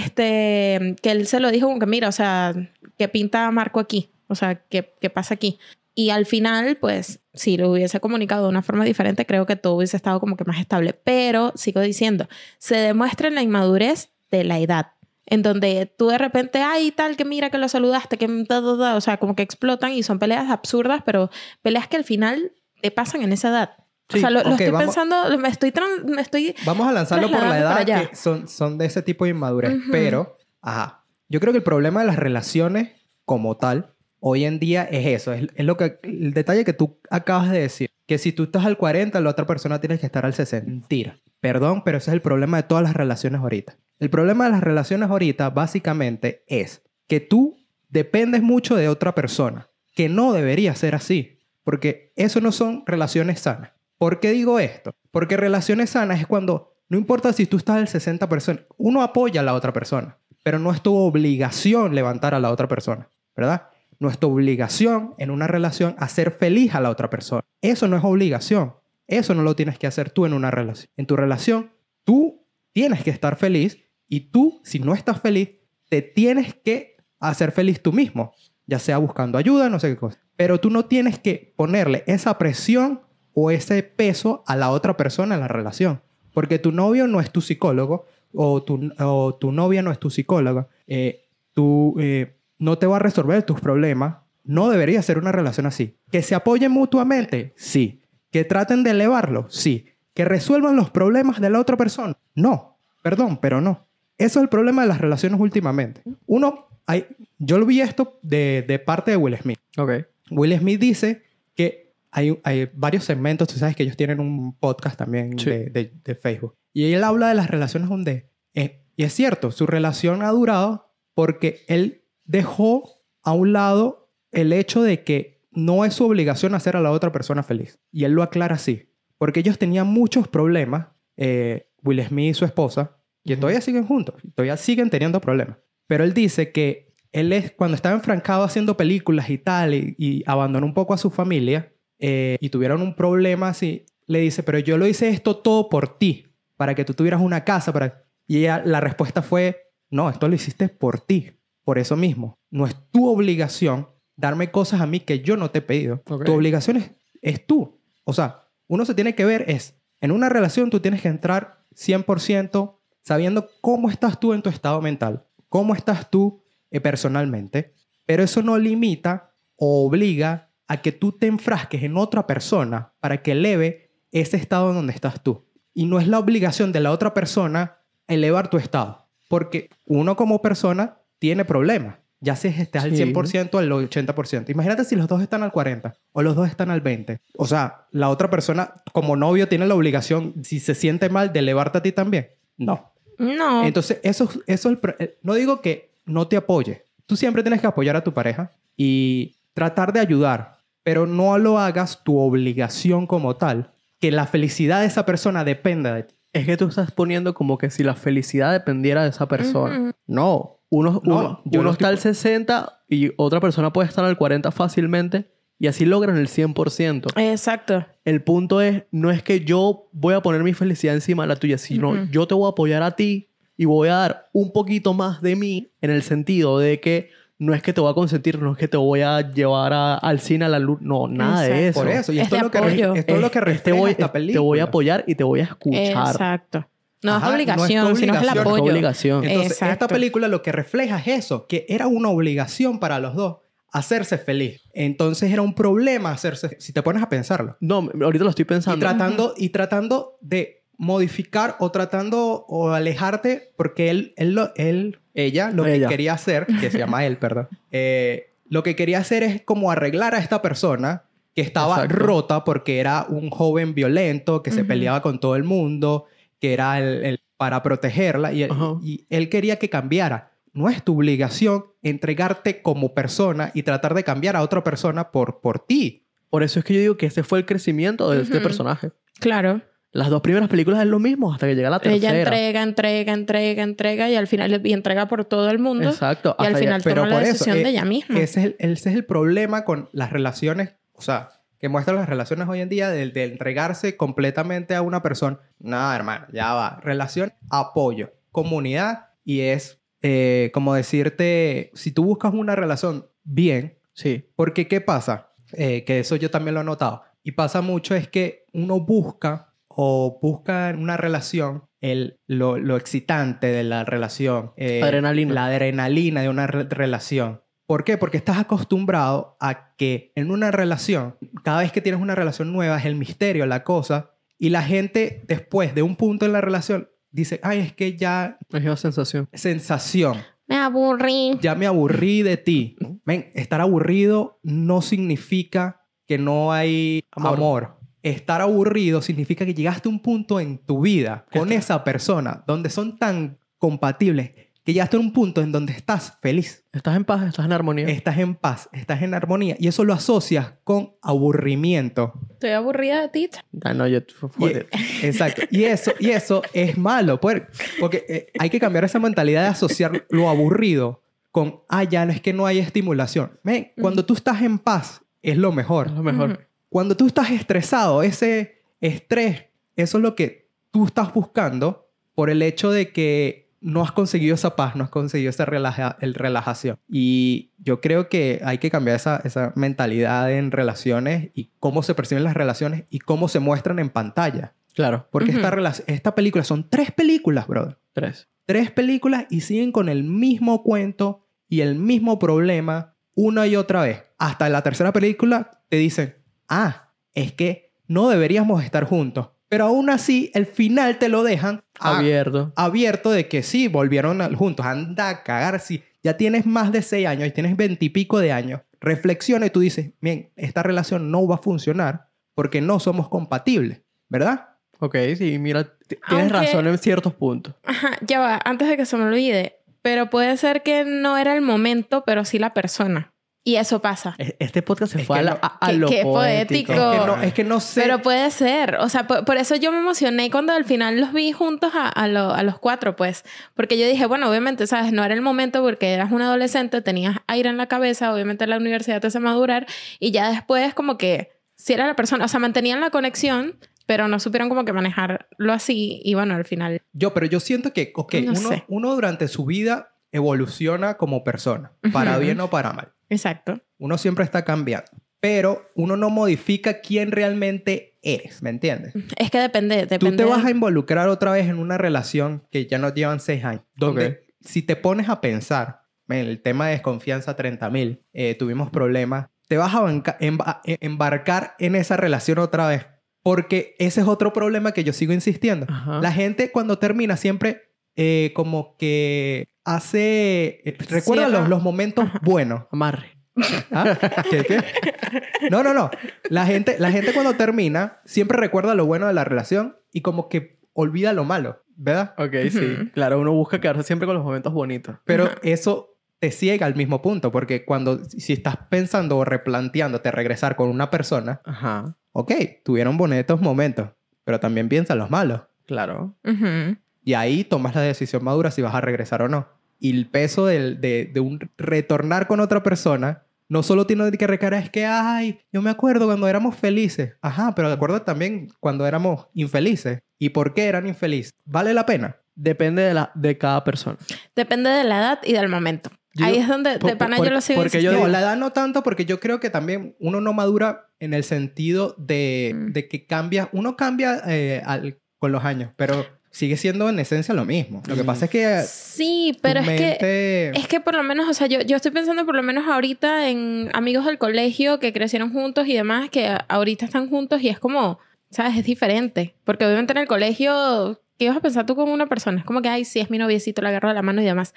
[SPEAKER 4] este, que él se lo dijo como que, mira, o sea, ¿qué pinta Marco aquí? O sea, ¿qué, qué pasa aquí? Y al final, pues, si lo hubiese comunicado de una forma diferente, creo que todo hubiese estado como que más estable. Pero, sigo diciendo, se demuestra en la inmadurez de la edad. En donde tú de repente, ay, tal, que mira que lo saludaste, que da, da, da", o sea, como que explotan y son peleas absurdas, pero peleas que al final te pasan en esa edad.
[SPEAKER 5] Sí,
[SPEAKER 4] o sea, lo, lo
[SPEAKER 5] ok,
[SPEAKER 4] estoy
[SPEAKER 5] vamos-
[SPEAKER 4] pensando, me estoy, tran- me estoy
[SPEAKER 5] Vamos a lanzarlo por la
[SPEAKER 4] trasladando para
[SPEAKER 5] edad,
[SPEAKER 4] allá.
[SPEAKER 5] que son, son de ese tipo de inmadurez.
[SPEAKER 4] Ujú.
[SPEAKER 5] Pero, ajá. Yo creo que el problema de las relaciones como tal, hoy en día es eso. Es, es lo que, el detalle que tú acabas de decir. Que si tú estás al 40, la otra persona tiene que estar al 60. Mentira. Perdón, pero ese es el problema de todas las relaciones ahorita. El problema de las relaciones ahorita básicamente es que tú dependes mucho de otra persona, que no debería ser así, porque eso no son relaciones sanas. ¿Por qué digo esto? Porque relaciones sanas es cuando no importa si tú estás al 60%, uno apoya a la otra persona, pero no es tu obligación levantar a la otra persona, ¿verdad? No es tu obligación en una relación hacer feliz a la otra persona. Eso no es obligación. Eso no lo tienes que hacer tú en una relación. En tu relación, tú tienes que estar feliz y tú, si no estás feliz, te tienes que hacer feliz tú mismo, ya sea buscando ayuda, no sé qué cosa. Pero tú no tienes que ponerle esa presión o ese peso a la otra persona en la relación, porque tu novio no es tu psicólogo o tu, o tu novia no es tu psicóloga. Eh, tú eh, no te va a resolver tus problemas. No debería ser una relación así. Que se apoyen mutuamente, sí. Que traten de elevarlo, sí. Que resuelvan los problemas de la otra persona, no. Perdón, pero no. Eso es el problema de las relaciones últimamente. Uno, hay, yo lo vi esto de, de parte de Will Smith.
[SPEAKER 3] Ok.
[SPEAKER 5] Will Smith dice que hay, hay varios segmentos, tú sabes que ellos tienen un podcast también
[SPEAKER 3] Sí.
[SPEAKER 5] de, de- de Facebook. Y él habla de las relaciones donde eh, Y es cierto, su relación ha durado porque él dejó a un lado el hecho de que no es su obligación hacer a la otra persona feliz. Y él lo aclara así. Porque ellos tenían muchos problemas, eh, Will Smith y su esposa, y
[SPEAKER 3] Ujú.
[SPEAKER 5] todavía siguen juntos, y todavía siguen teniendo problemas. Pero él dice que él es, cuando estaba enfrancado haciendo películas y tal, y, y abandonó un poco a su familia, eh, y tuvieron un problema así, le dice, pero yo lo hice esto todo por ti, para que tú tuvieras una casa, para... Y ella, la respuesta fue, no, esto lo hiciste por ti, por eso mismo. No es tu obligación darme cosas a mí que yo no te he pedido.
[SPEAKER 3] Ok.
[SPEAKER 5] Tu obligación es, es tú. O sea, uno se tiene que ver es, en una relación tú tienes que entrar 100% sabiendo cómo estás tú en tu estado mental, cómo estás tú eh, personalmente, pero eso no limita o obliga a que tú te enfrasques en otra persona para que eleve ese estado en donde estás tú. Y no es la obligación de la otra persona elevar tu estado, porque uno como persona tiene problemas, ya si estás al
[SPEAKER 3] Sí.
[SPEAKER 5] 100% al 80%. Imagínate si los dos están al 40 o los dos están al 20. O sea, la otra persona como novio tiene la obligación, si se siente mal, de elevarte a ti también. No,
[SPEAKER 4] No.
[SPEAKER 5] entonces, eso, es- eso es el pro- eh, no digo que no te apoye. Tú siempre tienes que apoyar a tu pareja y tratar de ayudar, pero no lo hagas tu obligación como tal, que la felicidad de esa persona dependa de ti.
[SPEAKER 3] Es que tú estás poniendo como que si la felicidad dependiera de esa persona.
[SPEAKER 4] Ujú.
[SPEAKER 3] No, uno,
[SPEAKER 5] No,
[SPEAKER 3] uno,
[SPEAKER 5] yo
[SPEAKER 3] uno
[SPEAKER 5] no
[SPEAKER 3] está al 60 y otra persona puede estar al 40 fácilmente y así logran el 100%.
[SPEAKER 4] Exacto.
[SPEAKER 3] El punto es, no es que yo voy a poner mi felicidad encima de la tuya, sino
[SPEAKER 4] Ujú.
[SPEAKER 3] yo te voy a apoyar a ti y voy a dar un poquito más de mí en el sentido de que no es que te voy a consentir, no es que te voy a llevar a- al cine a la luz, no, nada de eso.
[SPEAKER 5] Por eso, y
[SPEAKER 4] Es
[SPEAKER 5] esto es
[SPEAKER 4] de
[SPEAKER 5] lo que, re-
[SPEAKER 4] apoyo.
[SPEAKER 5] esto es lo que
[SPEAKER 3] Es- es te
[SPEAKER 5] refleja
[SPEAKER 3] voy,
[SPEAKER 5] esta
[SPEAKER 3] es-
[SPEAKER 5] película.
[SPEAKER 3] Te voy a apoyar y te voy a escuchar.
[SPEAKER 4] Exacto. No
[SPEAKER 5] Ajá,
[SPEAKER 4] es
[SPEAKER 5] no es tu
[SPEAKER 4] obligación, sino es el
[SPEAKER 5] obligación,
[SPEAKER 3] No es
[SPEAKER 4] apoyo.
[SPEAKER 3] obligación.
[SPEAKER 5] Entonces, esta
[SPEAKER 4] Exacto.
[SPEAKER 5] película lo que refleja es eso, que era una obligación para los dos hacerse feliz. Entonces era un problema hacerse, si te pones a pensarlo.
[SPEAKER 3] No, me- ahorita lo estoy
[SPEAKER 5] Y
[SPEAKER 3] pensando.
[SPEAKER 5] tratando, y tratando de modificar o tratando o alejarte, porque él, él, lo- él ella, lo
[SPEAKER 3] Ella.
[SPEAKER 5] que quería hacer, que se llama él, perdón, eh, lo que quería hacer es como arreglar a esta persona que estaba
[SPEAKER 3] Exacto.
[SPEAKER 5] rota porque era un joven violento, que se
[SPEAKER 4] Ujú.
[SPEAKER 5] peleaba con todo el mundo, que era el, el- para protegerla, y él,
[SPEAKER 3] Ajá.
[SPEAKER 5] y él quería que cambiara. No es tu obligación entregarte como persona y tratar de cambiar a otra persona por, por ti.
[SPEAKER 3] Por eso es que yo digo que ese fue el crecimiento de este
[SPEAKER 4] Ujú.
[SPEAKER 3] personaje.
[SPEAKER 4] Claro.
[SPEAKER 3] Las dos primeras películas es lo mismo hasta que llega la tercera.
[SPEAKER 4] Ella entrega, entrega, entrega, entrega y al final y entrega por todo el mundo.
[SPEAKER 3] Exacto.
[SPEAKER 4] Y al
[SPEAKER 3] hasta que-
[SPEAKER 4] final
[SPEAKER 5] pero
[SPEAKER 4] toma la
[SPEAKER 5] por eso,
[SPEAKER 4] decisión
[SPEAKER 5] eh,
[SPEAKER 4] de ella misma.
[SPEAKER 5] Ese es, el, ese es el problema con las relaciones, o sea, que muestran las relaciones hoy en día del de entregarse completamente a una persona. Nada, hermano, ya va. Relación, apoyo, comunidad y es eh, como decirte, si tú buscas una relación bien,
[SPEAKER 3] Sí.
[SPEAKER 5] porque ¿qué pasa? Eh, que eso yo también lo he notado. Y pasa mucho es que uno busca o busca en una relación el, lo, lo excitante de la relación. eh,
[SPEAKER 3] Adrenalina.
[SPEAKER 5] La adrenalina de una re- relación. ¿Por qué? Porque estás acostumbrado a que en una relación, cada vez que tienes una relación nueva, es el misterio, la cosa. Y la gente después de un punto en la relación dice, ay, es que ya
[SPEAKER 3] Es una sensación.
[SPEAKER 5] sensación
[SPEAKER 6] Me aburrí.
[SPEAKER 5] ya me aburrí de ti. Ven, estar aburrido no significa que no hay
[SPEAKER 3] Amor.
[SPEAKER 5] amor. Estar aburrido significa que llegaste a un punto en tu vida
[SPEAKER 3] Que
[SPEAKER 5] con
[SPEAKER 3] está-
[SPEAKER 5] esa persona donde son tan compatibles que llegaste a un punto en donde estás feliz,
[SPEAKER 3] Estás en paz, estás en armonía.
[SPEAKER 5] estás en paz, estás en armonía y eso lo asocias con aburrimiento.
[SPEAKER 4] Estoy aburrida de ti.
[SPEAKER 3] Ah, no, yo...
[SPEAKER 5] Y- e-, exacto. Y eso, y eso es malo, puer- porque eh, hay que cambiar esa mentalidad de asociar lo aburrido con, ah, ya no es que no hay estimulación. Men, cuando tú estás en paz, es lo
[SPEAKER 3] Es
[SPEAKER 5] mejor.
[SPEAKER 3] lo mejor.
[SPEAKER 4] Ujú.
[SPEAKER 5] Cuando tú estás estresado, ese estrés, eso es lo que tú estás buscando por el hecho de que no has conseguido esa paz, no has conseguido esa relaja- el relajación. Y yo creo que hay que cambiar esa, esa mentalidad en relaciones y cómo se perciben las relaciones y cómo se muestran en pantalla.
[SPEAKER 3] Claro.
[SPEAKER 5] Porque
[SPEAKER 4] Ujú.
[SPEAKER 5] esta, rela- esta película son tres películas, brother.
[SPEAKER 3] Tres.
[SPEAKER 5] Tres películas y siguen con el mismo cuento y el mismo problema una y otra vez. Hasta en la tercera película te dicen, ah, es que no deberíamos estar juntos. Pero aún así, el final te lo dejan
[SPEAKER 4] Ah.
[SPEAKER 5] a-
[SPEAKER 3] Ah, Abierto.
[SPEAKER 5] abierto de que sí, volvieron al- juntos. Anda a cagar. Si ya tienes más de seis años y tienes veintipico de años, reflexiona y tú dices, bien, esta relación no va a funcionar porque no somos compatibles, ¿verdad?
[SPEAKER 3] Ok, sí, mira, T- Tienes
[SPEAKER 4] Aunque-
[SPEAKER 3] razón en ciertos puntos.
[SPEAKER 4] Ajá, ya va, antes de que se me olvide. Pero puede ser que no era el momento, pero sí la persona. Y eso pasa.
[SPEAKER 3] E- Este podcast se
[SPEAKER 5] Es
[SPEAKER 3] fue
[SPEAKER 5] que
[SPEAKER 3] a, la-
[SPEAKER 5] no-
[SPEAKER 3] a- a
[SPEAKER 4] que-
[SPEAKER 3] lo
[SPEAKER 4] que
[SPEAKER 3] poético.
[SPEAKER 4] poético.
[SPEAKER 5] Es que no, es que no sé.
[SPEAKER 4] Pero pues puede ser, o sea, por, por eso yo me emocioné cuando al final los vi juntos a, a lo- a los cuatro, pues, porque yo dije, bueno, obviamente, sabes, no era el momento porque eras un adolescente, tenías aire en la cabeza, obviamente la universidad te hace madurar y ya después como que si era la persona, o sea, mantenían la conexión, pero no supieron como que manejarlo así y bueno, al final,
[SPEAKER 5] Yo, pero yo siento que, ok,
[SPEAKER 4] No
[SPEAKER 5] uno,
[SPEAKER 4] sé.
[SPEAKER 5] uno durante su vida evoluciona como persona, para
[SPEAKER 4] Ujú.
[SPEAKER 5] bien o para mal.
[SPEAKER 4] exacto.
[SPEAKER 5] Uno siempre está cambiando, pero uno no modifica quién realmente eres, ¿me entiendes?
[SPEAKER 4] Es que depende, depende.
[SPEAKER 5] Tú te vas a
[SPEAKER 4] del-
[SPEAKER 5] involucrar otra vez en una relación que ya nos llevan seis años, donde
[SPEAKER 3] Ok.
[SPEAKER 5] si te pones a pensar en el tema de desconfianza 30.000, eh, tuvimos problemas, te vas a banca- emba- eh, embarcar en esa relación otra vez, porque ese es otro problema que yo sigo insistiendo.
[SPEAKER 3] Ajá.
[SPEAKER 5] La gente cuando termina siempre eh, como que hace... eh, Recuerda
[SPEAKER 4] Cierra.
[SPEAKER 5] los, los momentos buenos.
[SPEAKER 3] Amarre.
[SPEAKER 5] ¿Ah? ¿Qué, qué? No, no, no. La gente, la gente cuando termina siempre recuerda lo bueno de la relación y como que olvida lo malo, ¿verdad?
[SPEAKER 3] Ok,
[SPEAKER 4] Ujú.
[SPEAKER 3] sí. Claro, uno busca quedarse siempre con los momentos bonitos.
[SPEAKER 5] Pero eso te ciega al mismo punto, porque cuando si estás pensando o replanteándote regresar con una persona,
[SPEAKER 3] Ajá.
[SPEAKER 5] ok, tuvieron bonitos momentos, pero también piensa en los malos.
[SPEAKER 3] Claro.
[SPEAKER 4] Ujú.
[SPEAKER 5] Y ahí tomas la decisión madura si vas a regresar o no. Y el peso del- de, de un retornar con otra persona no solo tiene que recaer es que, ay, yo me acuerdo cuando éramos felices. Ajá, pero acuerdo también cuando éramos infelices. ¿Y por qué eran infelices? ¿Vale la pena?
[SPEAKER 3] Depende de, la, de cada persona.
[SPEAKER 4] Depende de la edad y del momento.
[SPEAKER 3] Yo-
[SPEAKER 4] Ahí es donde
[SPEAKER 3] por-
[SPEAKER 4] de pana
[SPEAKER 3] por-
[SPEAKER 4] yo lo sigo
[SPEAKER 3] porque yo
[SPEAKER 5] no,
[SPEAKER 3] digo-
[SPEAKER 5] la edad no tanto porque yo creo que también uno no madura en el sentido de,
[SPEAKER 4] Mm.
[SPEAKER 5] de que cambia, uno cambia eh, al- con los años, pero sigue siendo en esencia lo mismo. Lo que
[SPEAKER 3] Mm.
[SPEAKER 5] pasa es que... eh,
[SPEAKER 4] Sí, pero es que Es que por lo menos, o sea, yo, yo estoy pensando por lo menos ahorita en amigos del colegio que crecieron juntos y demás, que a- ahorita están juntos y es como, ¿sabes? Es diferente. Porque obviamente en el colegio, ¿qué ibas a pensar tú con una persona? Es como que, ay, sí, es mi noviecito, le agarro de la mano y demás.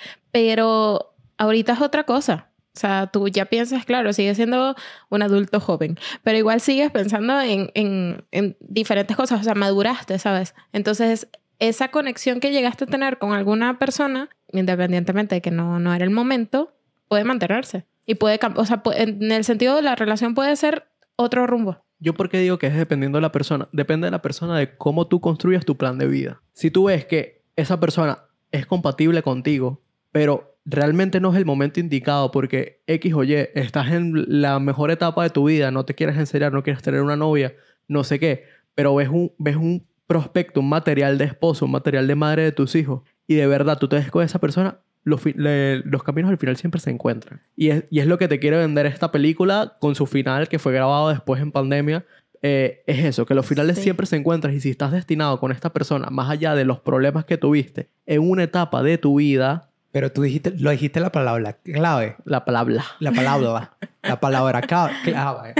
[SPEAKER 4] Pero ahorita es otra cosa. O sea, tú ya piensas, claro, sigues siendo un adulto joven, pero igual sigues pensando en, en, en diferentes cosas, o sea, maduraste, ¿sabes? Entonces, esa conexión que llegaste a tener con alguna persona, independientemente de que no, no era el momento, puede mantenerse. Y puede, cam- o sea, pu- en el sentido de la relación puede ser otro rumbo.
[SPEAKER 3] Yo porque digo que es dependiendo de la persona. Depende de la persona de cómo tú construyas tu plan de vida. Si tú ves que esa persona es compatible contigo, pero realmente no es el momento indicado porque X o Y, estás en la mejor etapa de tu vida, no te quieres enseñar, no quieres tener una novia, no sé qué, pero ves un, ves un prospecto, un material de esposo, un material de madre de tus hijos, y de verdad tú te ves con esa persona, los, fi- le- los caminos al final siempre se encuentran. Y es, y es lo que te quiere vender esta película con su final que fue grabado después en pandemia. Eh, es eso, que los finales
[SPEAKER 4] Sí.
[SPEAKER 3] siempre se encuentran y si estás destinado con esta persona, más allá de los problemas que tuviste en una etapa de tu vida,
[SPEAKER 5] Pero tú dijiste, lo dijiste la palabra clave.
[SPEAKER 3] la palabra.
[SPEAKER 5] La palabra. la palabra ca- clave.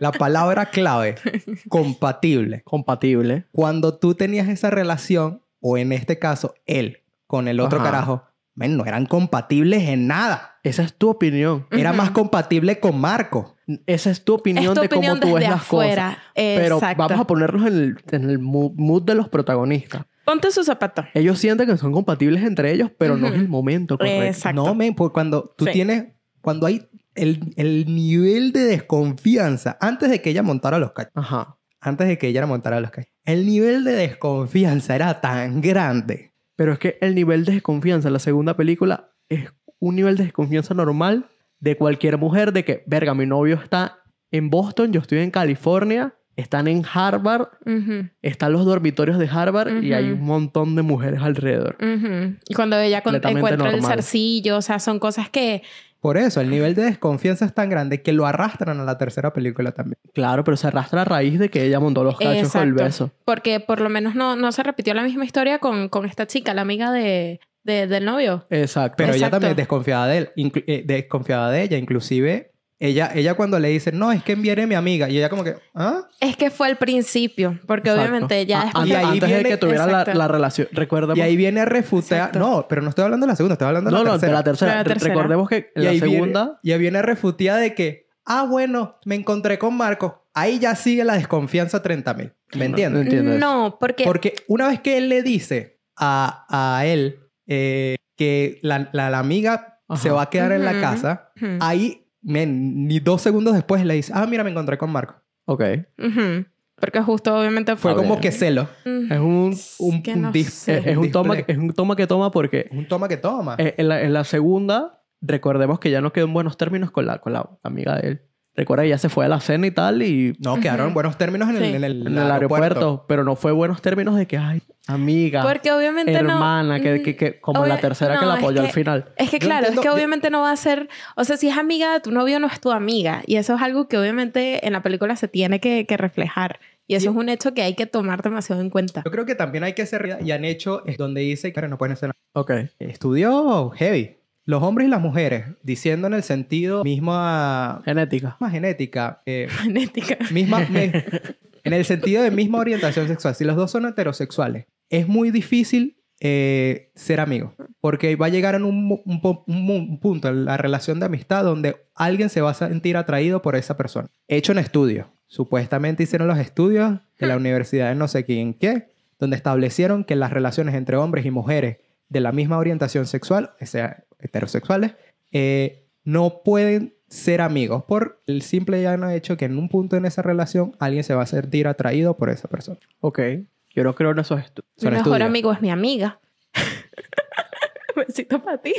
[SPEAKER 5] La palabra clave. Compatible.
[SPEAKER 3] compatible.
[SPEAKER 5] Cuando tú tenías esa relación, o en este caso, él con el otro
[SPEAKER 3] Ajá.
[SPEAKER 5] carajo, men, no eran compatibles en nada.
[SPEAKER 3] Esa es tu opinión.
[SPEAKER 5] Era
[SPEAKER 4] Ujú.
[SPEAKER 5] más compatible con Marco.
[SPEAKER 3] Esa es tu opinión
[SPEAKER 4] Es tu
[SPEAKER 3] de cómo
[SPEAKER 4] opinión
[SPEAKER 3] tú ves
[SPEAKER 4] desde
[SPEAKER 3] las cosas.
[SPEAKER 4] afuera.
[SPEAKER 3] Pero
[SPEAKER 4] Exacto.
[SPEAKER 3] vamos a ponernos en el, en el mu- mood de los protagonistas.
[SPEAKER 4] Ponte su zapato.
[SPEAKER 3] Ellos sienten que son compatibles entre ellos, pero no es
[SPEAKER 4] Ujú.
[SPEAKER 3] el momento correcto.
[SPEAKER 4] Exacto.
[SPEAKER 5] No, men, porque cuando tú
[SPEAKER 4] Sí.
[SPEAKER 5] tienes, cuando hay el, el nivel de desconfianza, antes de que ella montara los cachos.
[SPEAKER 3] Ajá.
[SPEAKER 5] antes de que ella montara los cables. El nivel de desconfianza era tan grande.
[SPEAKER 3] Pero es que el nivel de desconfianza en la segunda película es un nivel de desconfianza normal de cualquier mujer de que, verga, mi novio está en Boston, yo estoy en California, están en Harvard,
[SPEAKER 4] Ujú,
[SPEAKER 3] están los dormitorios de Harvard y hay
[SPEAKER 4] Ujú.
[SPEAKER 3] un montón de mujeres alrededor.
[SPEAKER 4] ujú. Y cuando ella con-
[SPEAKER 3] Completamente
[SPEAKER 4] encuentra el
[SPEAKER 3] normal.
[SPEAKER 4] zarcillo, o sea, son cosas que...
[SPEAKER 5] Por eso, el nivel de desconfianza es tan grande que lo arrastran a la tercera película también.
[SPEAKER 3] Claro, pero se arrastra a raíz de que ella montó los cachos con el
[SPEAKER 4] Exacto.
[SPEAKER 3] beso.
[SPEAKER 4] Porque por lo menos no, no se repitió la misma historia con, con esta chica, la amiga de, de- del novio.
[SPEAKER 3] Exacto.
[SPEAKER 5] Pero ella
[SPEAKER 4] Exacto.
[SPEAKER 5] también es desconfiada de él, inclu- eh, desconfiada de ella, inclusive. Ella, ella cuando le dice, no, es que viene mi amiga, y ella como que, ¿ah?
[SPEAKER 4] Es que fue al principio, porque
[SPEAKER 3] Exacto.
[SPEAKER 4] obviamente ya
[SPEAKER 3] A-
[SPEAKER 4] después...
[SPEAKER 5] Y
[SPEAKER 3] antes,
[SPEAKER 5] ahí
[SPEAKER 3] antes de
[SPEAKER 5] viene-
[SPEAKER 3] que tuviera la,
[SPEAKER 4] Exacto.
[SPEAKER 3] la relación. Recuerda.
[SPEAKER 5] Y ahí viene a refutar.
[SPEAKER 4] Exacto.
[SPEAKER 5] No, pero no estoy hablando de la segunda, estoy hablando de
[SPEAKER 3] no,
[SPEAKER 5] la
[SPEAKER 3] no, de
[SPEAKER 5] tercera.
[SPEAKER 3] la tercera.
[SPEAKER 4] De la
[SPEAKER 3] Re-
[SPEAKER 4] tercera.
[SPEAKER 3] Recordemos que
[SPEAKER 5] y
[SPEAKER 3] la
[SPEAKER 5] ahí
[SPEAKER 3] segunda.
[SPEAKER 5] Viene, y ahí viene a refutar de que, ah, bueno, me encontré con Marco. Ahí ya sigue la desconfianza 30.000. ¿Me
[SPEAKER 3] No
[SPEAKER 5] entiendes?
[SPEAKER 3] entiendo eso.
[SPEAKER 4] No, porque
[SPEAKER 5] Porque una vez que él le dice a, a él eh, que la, la- la amiga
[SPEAKER 3] Ajá.
[SPEAKER 5] se va a quedar en la
[SPEAKER 4] Ujú.
[SPEAKER 5] casa,
[SPEAKER 4] Ujú.
[SPEAKER 5] ahí, men, ni dos segundos después le dice, ah, mira, me encontré con Marco.
[SPEAKER 3] Ok.
[SPEAKER 4] Ujú. porque justo obviamente
[SPEAKER 5] Fue
[SPEAKER 3] A
[SPEAKER 5] como
[SPEAKER 3] ver.
[SPEAKER 5] que celo.
[SPEAKER 4] Mm.
[SPEAKER 3] Es un,
[SPEAKER 5] un-
[SPEAKER 4] que
[SPEAKER 5] un
[SPEAKER 4] no
[SPEAKER 5] dis-
[SPEAKER 3] es,
[SPEAKER 4] sé.
[SPEAKER 3] es un
[SPEAKER 5] Display.
[SPEAKER 3] toma, es un toma que toma porque
[SPEAKER 5] Un toma que toma.
[SPEAKER 3] eh, en la, en la segunda, recordemos que ya no quedó en buenos términos con la, con la amiga de él. Recuerda que ya se fue a la cena y tal y
[SPEAKER 5] no, quedaron en
[SPEAKER 4] Ujú.
[SPEAKER 5] buenos términos en el,
[SPEAKER 4] Sí.
[SPEAKER 5] en el
[SPEAKER 3] en el aeropuerto, pero no fue buenos términos de que, ay, amiga,
[SPEAKER 4] Porque obviamente no.
[SPEAKER 3] hermana, que,
[SPEAKER 4] Mm,
[SPEAKER 3] que- que- como
[SPEAKER 4] obvia-
[SPEAKER 3] la tercera que
[SPEAKER 4] no,
[SPEAKER 3] la
[SPEAKER 4] es
[SPEAKER 3] apoyó
[SPEAKER 4] que-
[SPEAKER 3] al final.
[SPEAKER 4] Es que
[SPEAKER 5] Yo
[SPEAKER 4] claro,
[SPEAKER 5] entiendo-
[SPEAKER 4] es que
[SPEAKER 5] yo-
[SPEAKER 4] obviamente no va a ser, o sea, si es amiga de tu novio, no es tu amiga. Y eso es algo que obviamente en la película se tiene que, que reflejar. Y eso
[SPEAKER 5] Y-
[SPEAKER 4] es un hecho que hay que tomar demasiado en cuenta.
[SPEAKER 5] Yo creo que también hay que ser real y han hecho es donde dice que no pueden hacer nada.
[SPEAKER 3] Ok.
[SPEAKER 5] Estudió heavy. Los hombres y las mujeres, diciendo en el sentido misma,
[SPEAKER 3] Eh. Genética.
[SPEAKER 5] misma genética, eh,
[SPEAKER 4] Genética.
[SPEAKER 5] misma, me- en el sentido de misma orientación sexual. Si los dos son heterosexuales, es muy difícil eh, ser amigos, porque va a llegar en un, mu- un po- un mu- un punto en la relación de amistad donde alguien se va a sentir atraído por esa persona. Hecho en estudios. Supuestamente hicieron los estudios de la universidad de no sé quién qué, donde establecieron que las relaciones entre hombres y mujeres de la misma orientación sexual, o sea, heterosexuales, eh, no pueden ser amigos por el simple y llano hecho que en un punto en esa relación alguien se va a sentir atraído por esa persona.
[SPEAKER 3] Ok. Yo no creo en esos estu-
[SPEAKER 4] Mi
[SPEAKER 5] Son
[SPEAKER 4] mejor
[SPEAKER 5] estudios.
[SPEAKER 4] amigo es mi amiga. Besito para ti.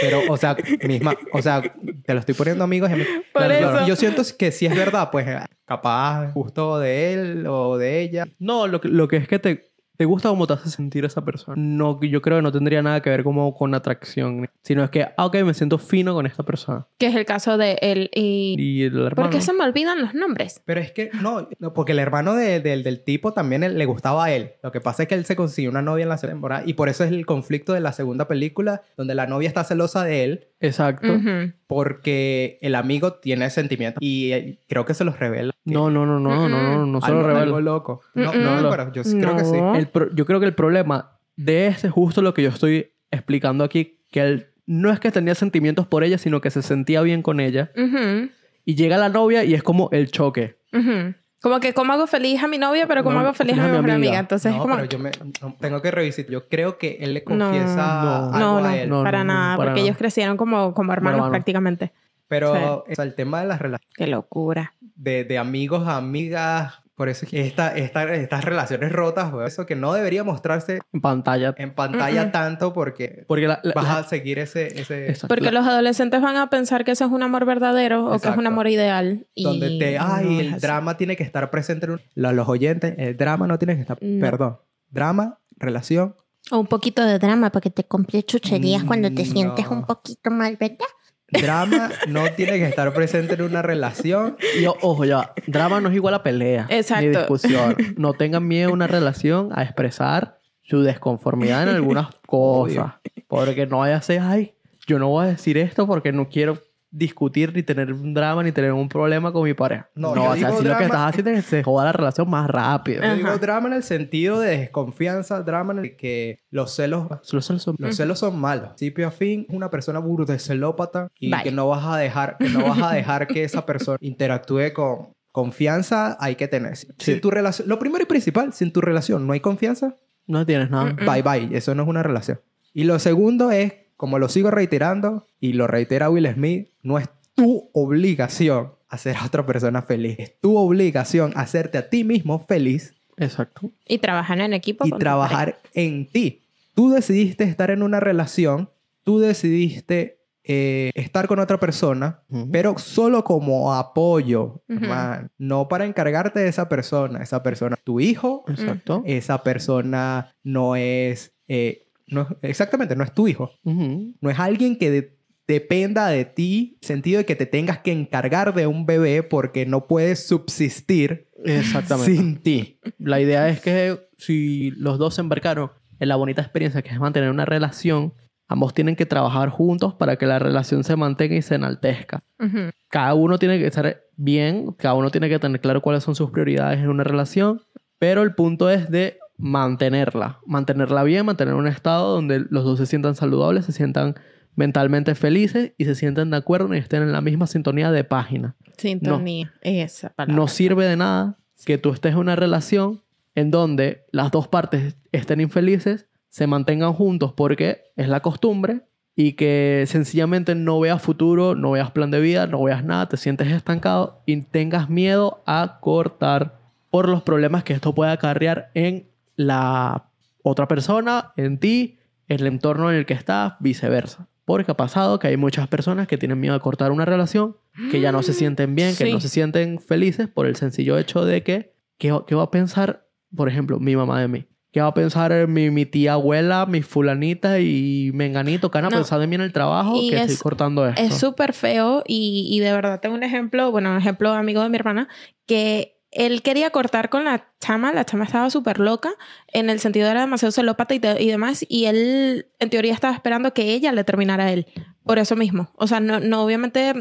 [SPEAKER 5] Pero, o sea, misma, o sea, te lo estoy poniendo amigos y amigos.
[SPEAKER 4] Por
[SPEAKER 5] Claro,
[SPEAKER 4] eso.
[SPEAKER 5] Yo siento que si es verdad, pues capaz justo de él o de ella.
[SPEAKER 3] No, lo que, lo que es que te, te gusta cómo te hace sentir esa persona. No, yo creo que no tendría nada que ver como con atracción, sino es que, ah, ok, me siento fino con esta persona.
[SPEAKER 4] Que es el caso de él y...
[SPEAKER 3] Y el hermano.
[SPEAKER 4] ¿Por qué se me olvidan los nombres?
[SPEAKER 5] Pero es que no, no, porque el hermano de- del- del tipo también él- le gustaba a él. Lo que pasa es que él se consiguió una novia en la segunda temporada y por eso es el conflicto de la segunda película, donde la novia está celosa de él
[SPEAKER 3] Exacto.
[SPEAKER 4] Ujú.
[SPEAKER 5] porque el amigo tiene sentimientos y eh, creo que se los revela.
[SPEAKER 3] No, no, no, no, no, no, no, no se lo
[SPEAKER 5] Algo-
[SPEAKER 3] revela.
[SPEAKER 5] Algo loco. No,
[SPEAKER 4] Mm-mm.
[SPEAKER 5] no,
[SPEAKER 3] No.
[SPEAKER 5] pero yo sí creo que sí.
[SPEAKER 4] No.
[SPEAKER 3] El pro- yo creo que el problema de este es justo lo que yo estoy explicando aquí, que él no es que tenía sentimientos por ella, sino que se sentía bien con ella.
[SPEAKER 4] Ujú.
[SPEAKER 3] Y llega la novia y es como el choque.
[SPEAKER 4] Ujú. Como que como hago feliz a mi novia, pero como
[SPEAKER 3] No,
[SPEAKER 4] hago feliz a mi mejor amiga. Entonces es
[SPEAKER 5] No,
[SPEAKER 4] como...
[SPEAKER 5] pero yo me, no, tengo que revisar. Yo creo que él le confiesa
[SPEAKER 3] No.
[SPEAKER 5] algo
[SPEAKER 4] No, no,
[SPEAKER 5] a él.
[SPEAKER 3] No,
[SPEAKER 4] para
[SPEAKER 3] no, no,
[SPEAKER 4] nada,
[SPEAKER 3] para
[SPEAKER 4] porque
[SPEAKER 3] nada.
[SPEAKER 4] ellos crecieron como, como hermanos
[SPEAKER 3] Hermano.
[SPEAKER 4] prácticamente.
[SPEAKER 5] Pero o sea, el tema de las relaciones
[SPEAKER 4] Qué locura.
[SPEAKER 5] de, de amigos a amigas, por eso es que esta, esta- estas relaciones rotas, güey, eso que no debería mostrarse
[SPEAKER 3] En pantalla.
[SPEAKER 5] en pantalla
[SPEAKER 4] Mm-mm.
[SPEAKER 5] tanto porque
[SPEAKER 3] Porque la, la-
[SPEAKER 5] vas
[SPEAKER 3] la-
[SPEAKER 5] a seguir ese... ese
[SPEAKER 3] Exacto.
[SPEAKER 4] Porque los adolescentes van a pensar que eso es un amor verdadero o que es un
[SPEAKER 5] Exacto.
[SPEAKER 4] amor ideal. Y
[SPEAKER 5] donde te... Ay,
[SPEAKER 4] no es
[SPEAKER 5] el
[SPEAKER 4] así.
[SPEAKER 5] drama tiene que estar presente en un- la- los oyentes. El drama no tiene que estar...
[SPEAKER 4] No.
[SPEAKER 5] Perdón. Drama, relación,
[SPEAKER 6] O un poquito de drama para que te compre chucherías cuando te
[SPEAKER 5] Mm,
[SPEAKER 6] sientes
[SPEAKER 5] no.
[SPEAKER 6] un poquito mal, ¿verdad?
[SPEAKER 5] drama no tiene que estar presente en una relación.
[SPEAKER 3] y o- ojo, ya, va. drama no es igual a pelea.
[SPEAKER 4] Exacto.
[SPEAKER 3] Ni discusión. No tengan miedo a una relación a expresar su desconformidad en algunas cosas. Porque no vaya a ser, ay, yo no voy a decir esto porque no quiero discutir ni tener un drama ni tener un problema con mi pareja. No,
[SPEAKER 5] No, yo
[SPEAKER 3] o sea,
[SPEAKER 5] digo
[SPEAKER 3] si lo que
[SPEAKER 5] drama-
[SPEAKER 3] estás haciendo es que se joda la relación más rápido.
[SPEAKER 5] Yo digo
[SPEAKER 4] Ajá.
[SPEAKER 5] drama en el sentido de desconfianza, drama en el que los celos
[SPEAKER 3] Solo son- son-
[SPEAKER 5] Los celos son malos. Principio a fin, una persona burda es celópata y
[SPEAKER 4] Vale.
[SPEAKER 5] que no vas a dejar, que no vas a dejar que esa persona interactúe con confianza. Hay que tener. Sin tu relación, lo primero y principal, sin tu relación no hay confianza.
[SPEAKER 3] No tienes nada.
[SPEAKER 4] Mm.
[SPEAKER 5] Bye bye, eso no es una relación. Y lo segundo es, como lo sigo reiterando y lo reitera Will Smith, no es tu obligación hacer a otra persona feliz. Es tu obligación hacerte a ti mismo feliz
[SPEAKER 3] Exacto.
[SPEAKER 4] Y trabajar en equipo.
[SPEAKER 5] y
[SPEAKER 4] con tu
[SPEAKER 5] trabajar en ti. Tú decidiste estar en una relación, tú decidiste eh, estar con otra persona,
[SPEAKER 3] Ujú.
[SPEAKER 5] pero solo como apoyo,
[SPEAKER 4] Ujú.
[SPEAKER 5] man. no para encargarte de esa persona. Esa persona, es tu hijo,
[SPEAKER 3] Exacto.
[SPEAKER 5] esa persona no es, eh, no es- exactamente, no es tu hijo,
[SPEAKER 3] Ujú.
[SPEAKER 5] no es alguien que de- dependa de ti, sentido de que te tengas que encargar de un bebé porque no puedes subsistir
[SPEAKER 3] Exactamente.
[SPEAKER 5] sin ti.
[SPEAKER 3] La idea es que si los dos se embarcaron en la bonita experiencia que es mantener una relación, ambos tienen que trabajar juntos para que la relación se mantenga y se enaltezca.
[SPEAKER 4] pareja. Ujú.
[SPEAKER 3] Cada uno tiene que estar bien, cada uno tiene que tener claro cuáles son sus prioridades en una relación, pero el punto es de mantenerla, mantenerla bien, mantener un estado donde los dos se sientan saludables, se sientan mentalmente felices y se sienten de acuerdo y estén en la misma sintonía de página.
[SPEAKER 4] Sintonía. Esa palabra.
[SPEAKER 3] No sirve de nada que tú estés en una relación en donde las dos partes estén infelices, se mantengan juntos porque es la costumbre y que sencillamente no veas futuro, no veas plan de vida, no veas nada, te sientes estancado y tengas miedo a cortar por los problemas que esto puede acarrear en la otra persona, en ti, en el entorno en el que estás, viceversa. Porque ha pasado que hay muchas personas que tienen miedo a cortar una relación, que ya no se sienten bien, que
[SPEAKER 4] Sí.
[SPEAKER 3] no se sienten felices por el sencillo hecho de que, ¿qué, qué va a pensar, por ejemplo, mi mamá de mí? ¿Qué va a pensar eh, mi, mi tía abuela, mi fulanita y menganito? ¿Qué van a
[SPEAKER 4] No.
[SPEAKER 3] pensar de mí en el trabajo
[SPEAKER 4] Y
[SPEAKER 3] que
[SPEAKER 4] es-
[SPEAKER 3] estoy cortando esto?
[SPEAKER 4] Es súper feo y, y de verdad tengo un ejemplo, bueno, un ejemplo amigo de mi hermana, que él quería cortar con la chama, la chama estaba súper loca, en el sentido era demasiado celópata y, de- y demás, y él en teoría estaba esperando que ella le terminara a él, por eso mismo. O sea, no, no obviamente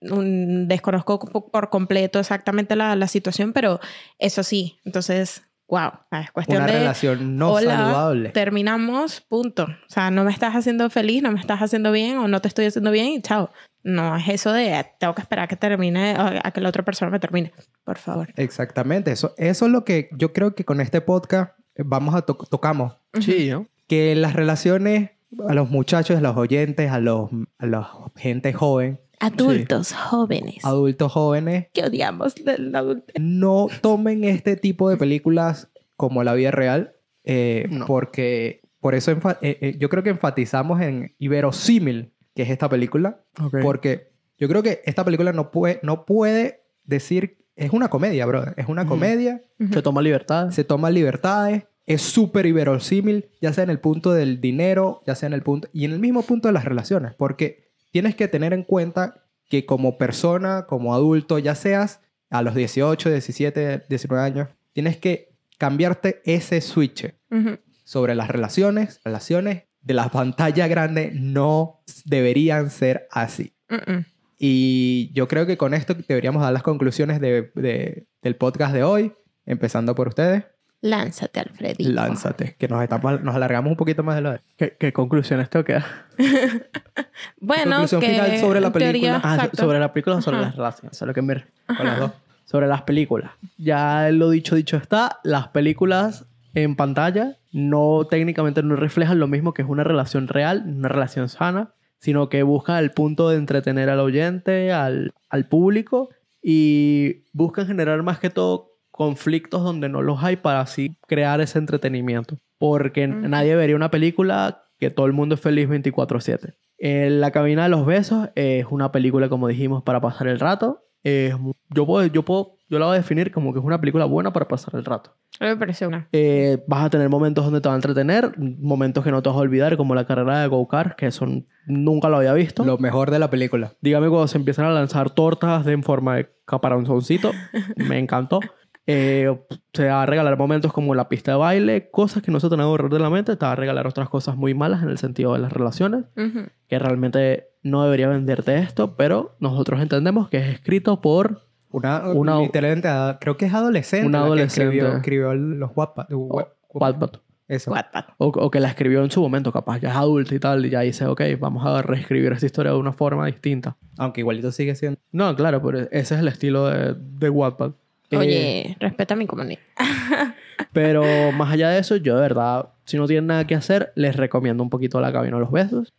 [SPEAKER 4] mm, desconozco po- por completo exactamente la, la situación, pero eso sí, entonces, wow, es cuestión
[SPEAKER 5] Una
[SPEAKER 4] de
[SPEAKER 5] relación no
[SPEAKER 4] hola,
[SPEAKER 5] saludable.
[SPEAKER 4] terminamos, punto. O sea, no me estás haciendo feliz, no me estás haciendo bien o no te estoy haciendo bien y chao. No es eso de "Ah, tengo que esperar a que termine, a a que la otra persona me termine. Por favor.
[SPEAKER 5] Exactamente. Eso, eso es lo que yo creo que con este podcast vamos a to- tocamos.
[SPEAKER 3] Sí, ¿no?
[SPEAKER 5] Que las relaciones a los muchachos, a los oyentes, a los a la gente joven,
[SPEAKER 6] Adultos, jóvenes.
[SPEAKER 5] adultos jóvenes,
[SPEAKER 4] Que odiamos del adulto.
[SPEAKER 5] no tomen este tipo de películas como la vida real, eh,
[SPEAKER 3] No.
[SPEAKER 5] porque por eso enfa- eh, eh, yo creo que enfatizamos en Iberosímil, que es esta película, porque yo creo que esta película no puede, no puede decir, es una comedia, brother, es una
[SPEAKER 3] Ujú.
[SPEAKER 5] comedia,
[SPEAKER 3] Se toma libertad.
[SPEAKER 5] se toman libertades, es súper iberosímil, ya sea en el punto del dinero, ya sea en el punto, y en el mismo punto de las relaciones, porque tienes que tener en cuenta que como persona, como adulto, ya seas a los 18, 17, 19 años, tienes que cambiarte ese switch sobre las relaciones, relaciones de las pantallas grandes no deberían ser así. Y yo creo que con esto deberíamos dar las conclusiones de- de- del podcast de hoy, empezando por ustedes.
[SPEAKER 6] Lánzate, Alfredito.
[SPEAKER 5] Lánzate, que nos, estamos, nos alargamos un poqueda más de lo de.
[SPEAKER 3] ¿Qué, qué conclusiones tengo que dar?
[SPEAKER 4] Bueno,
[SPEAKER 5] Conclusión
[SPEAKER 4] que
[SPEAKER 5] final sobre la
[SPEAKER 4] en teoría,
[SPEAKER 5] película.
[SPEAKER 3] Ah, so-
[SPEAKER 4] exacto.
[SPEAKER 3] sobre las películas o sobre
[SPEAKER 4] Ajá.
[SPEAKER 3] las relaciones. Eso es lo que me re-
[SPEAKER 5] Con las dos.
[SPEAKER 3] Sobre las películas. Ya lo dicho, dicho está. Las películas en pantalla no técnicamente no reflejan lo mismo que es una relación real, una relación sana, sino que busca el punto de entretener al oyente, al, al público y buscan generar más que todo conflictos donde no los hay para así crear ese entretenimiento. Porque
[SPEAKER 4] Ujú.
[SPEAKER 3] nadie vería una película que todo el mundo es feliz 24/7. Eh, la cabina de los besos es una película, como dijimos, para pasar el rato. Es mu- yo, puedo, yo, puedo, yo la voy a definir como que es una película buena para pasar el rato.
[SPEAKER 4] A mí me pareció una.
[SPEAKER 3] Eh, vas a tener momentos donde te va a entretener, momentos que no te vas a olvidar, como la carrera de Go-Kart, que son, nunca lo había visto.
[SPEAKER 5] Lo mejor de la película.
[SPEAKER 3] Dígame cuando se empiezan a lanzar tortas de en forma de caparonzoncito. Me encantó. Eh, se va a regalar momentos como la pista de baile, cosas que no se te van a borrar de la mente. Te va a regalar otras cosas muy malas en el sentido de las relaciones,
[SPEAKER 4] Ujú.
[SPEAKER 3] que realmente no debería venderte esto, pero nosotros entendemos que es escrito por
[SPEAKER 5] Una,
[SPEAKER 3] Una-
[SPEAKER 5] literalmente, a- creo que es adolescente.
[SPEAKER 3] Una
[SPEAKER 5] la que
[SPEAKER 3] adolescente. Oh,
[SPEAKER 5] escribió, escribió los guapas.
[SPEAKER 3] Wattpad.
[SPEAKER 5] Eso.
[SPEAKER 4] Wattpad.
[SPEAKER 3] O, o que la escribió en su momento, capaz ya es adulta y tal, y ya dice, ok, vamos a reescribir esta historia de una forma distinta.
[SPEAKER 5] Aunque igualito sigue siendo.
[SPEAKER 3] No, claro, pero ese es el estilo de, de Wattpad. Eh,
[SPEAKER 4] Oye, respeta mi comunidad.
[SPEAKER 3] Pero más allá de eso, yo de verdad, si no tienen nada que hacer, les recomiendo un poquito la cabina de los besos.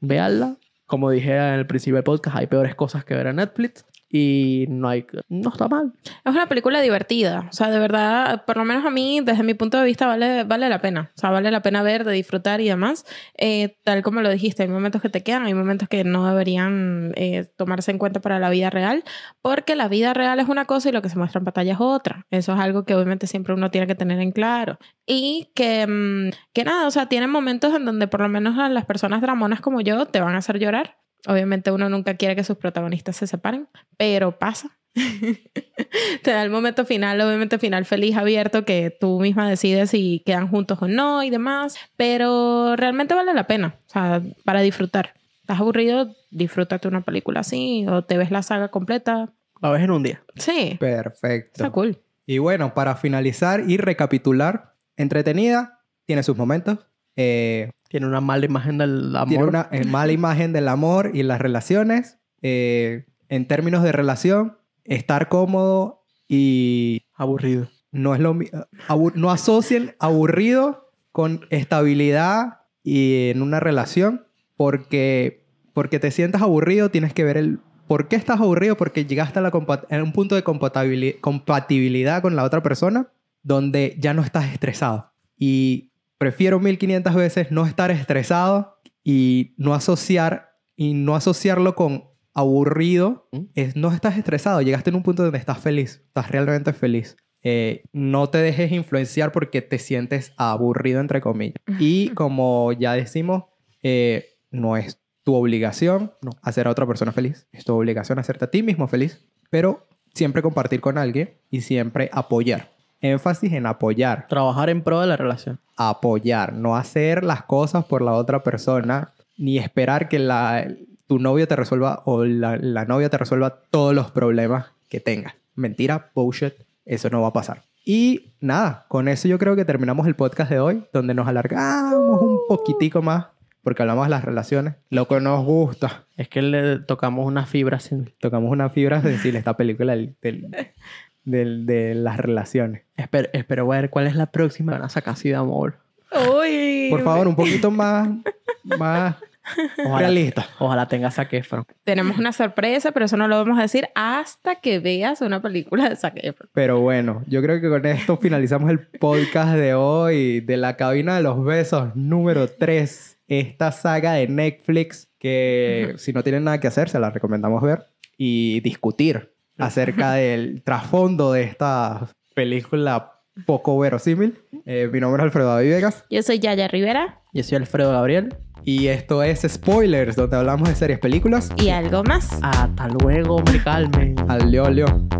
[SPEAKER 3] Veanla. Como dije en el principio del podcast, hay peores cosas que ver en Netflix. Y no hay... No está mal.
[SPEAKER 4] Es una película divertida. O sea, de verdad, por lo menos a mí, desde mi punto de vista, vale, vale la pena. O sea, vale la pena ver, de disfrutar y demás. Eh, tal como lo dijiste, hay momentos que te quedan, hay momentos que no deberían eh, tomarse en cuenta para la vida real, porque la vida real es una cosa y lo que se muestra en pantalla es otra. Eso es algo que obviamente siempre uno tiene que tener en claro. Y que, mm, que nada, o sea, tienen momentos en donde por lo menos a las personas dramonas como yo te van a hacer llorar. Obviamente uno nunca quiere que sus protagonistas se separen, pero pasa. te da el momento final, obviamente final feliz, abierto, que tú misma decides si quedan juntos o no y demás, pero realmente vale la pena, o sea, para disfrutar. ¿Estás aburrido? Disfrútate una película así o te ves la saga completa.
[SPEAKER 3] La ves en un día.
[SPEAKER 4] Sí,
[SPEAKER 5] Perfecto.
[SPEAKER 4] está cool.
[SPEAKER 5] Y bueno, para finalizar y recapitular, entretenida, tiene sus momentos. eh,
[SPEAKER 3] Tiene una mala imagen del amor.
[SPEAKER 5] Tiene una eh, mala imagen del amor y las relaciones. Eh, en términos de relación, estar cómodo y
[SPEAKER 3] Aburrido.
[SPEAKER 5] no es lo mi- abu- no asocien aburrido con estabilidad y en una relación porque porque te sientas aburrido tienes que ver el por qué estás aburrido porque llegaste a la compa- a un punto de compatibili- compatibilidad con la otra persona donde ya no estás estresado y prefiero 1500 veces no estar estresado y no asociar y no asociarlo con aburrido
[SPEAKER 3] ¿Mm?
[SPEAKER 5] es no estás estresado llegaste en un punto donde estás feliz estás realmente feliz eh, no te dejes influenciar porque te sientes aburrido, entre comillas. Y como ya decimos, eh, no es tu obligación
[SPEAKER 3] No.
[SPEAKER 5] hacer a otra persona feliz, es tu obligación hacerte a ti mismo feliz, pero siempre compartir con alguien y siempre apoyar. Énfasis en apoyar,
[SPEAKER 3] Trabajar en pro de la relación.
[SPEAKER 5] apoyar, no hacer las cosas por la otra persona ni esperar que la, tu novio te resuelva o la, la novia te resuelva todos los problemas que tengas. Mentira, bullshit, eso no va a pasar. Y nada, con eso yo creo que terminamos el podcast de hoy, donde nos alargamos un poquitico más porque hablamos de las relaciones, lo que nos gusta.
[SPEAKER 3] Es que le tocamos una fibra sensible.
[SPEAKER 5] Tocamos una fibra sensible esta película del- del- del- de las relaciones.
[SPEAKER 3] Espero, espero ver cuál es la próxima. Van a sacar así de amor.
[SPEAKER 4] Uy.
[SPEAKER 5] Por favor, un poquito más, más realista.
[SPEAKER 3] Ojalá tenga saquefro.
[SPEAKER 4] Tenemos una sorpresa, pero eso no lo vamos a decir hasta que veas una película de Zac Efron.
[SPEAKER 5] Pero bueno, yo creo que con esto finalizamos el podcast de hoy de la cabina de los besos número 3. Esta saga de Netflix que si no tienen nada que hacer, se la recomendamos ver y discutir acerca del trasfondo de esta película poco verosímil. Eh, mi nombre es Alfredo David Vegas
[SPEAKER 4] Yo soy Yaya Rivera
[SPEAKER 3] Yo soy Alfredo Gabriel.
[SPEAKER 5] y esto es Spoilers, donde hablamos de series, películas.
[SPEAKER 4] y algo más.
[SPEAKER 3] Hasta luego, hombre, Carmen.
[SPEAKER 5] Al leo, leo.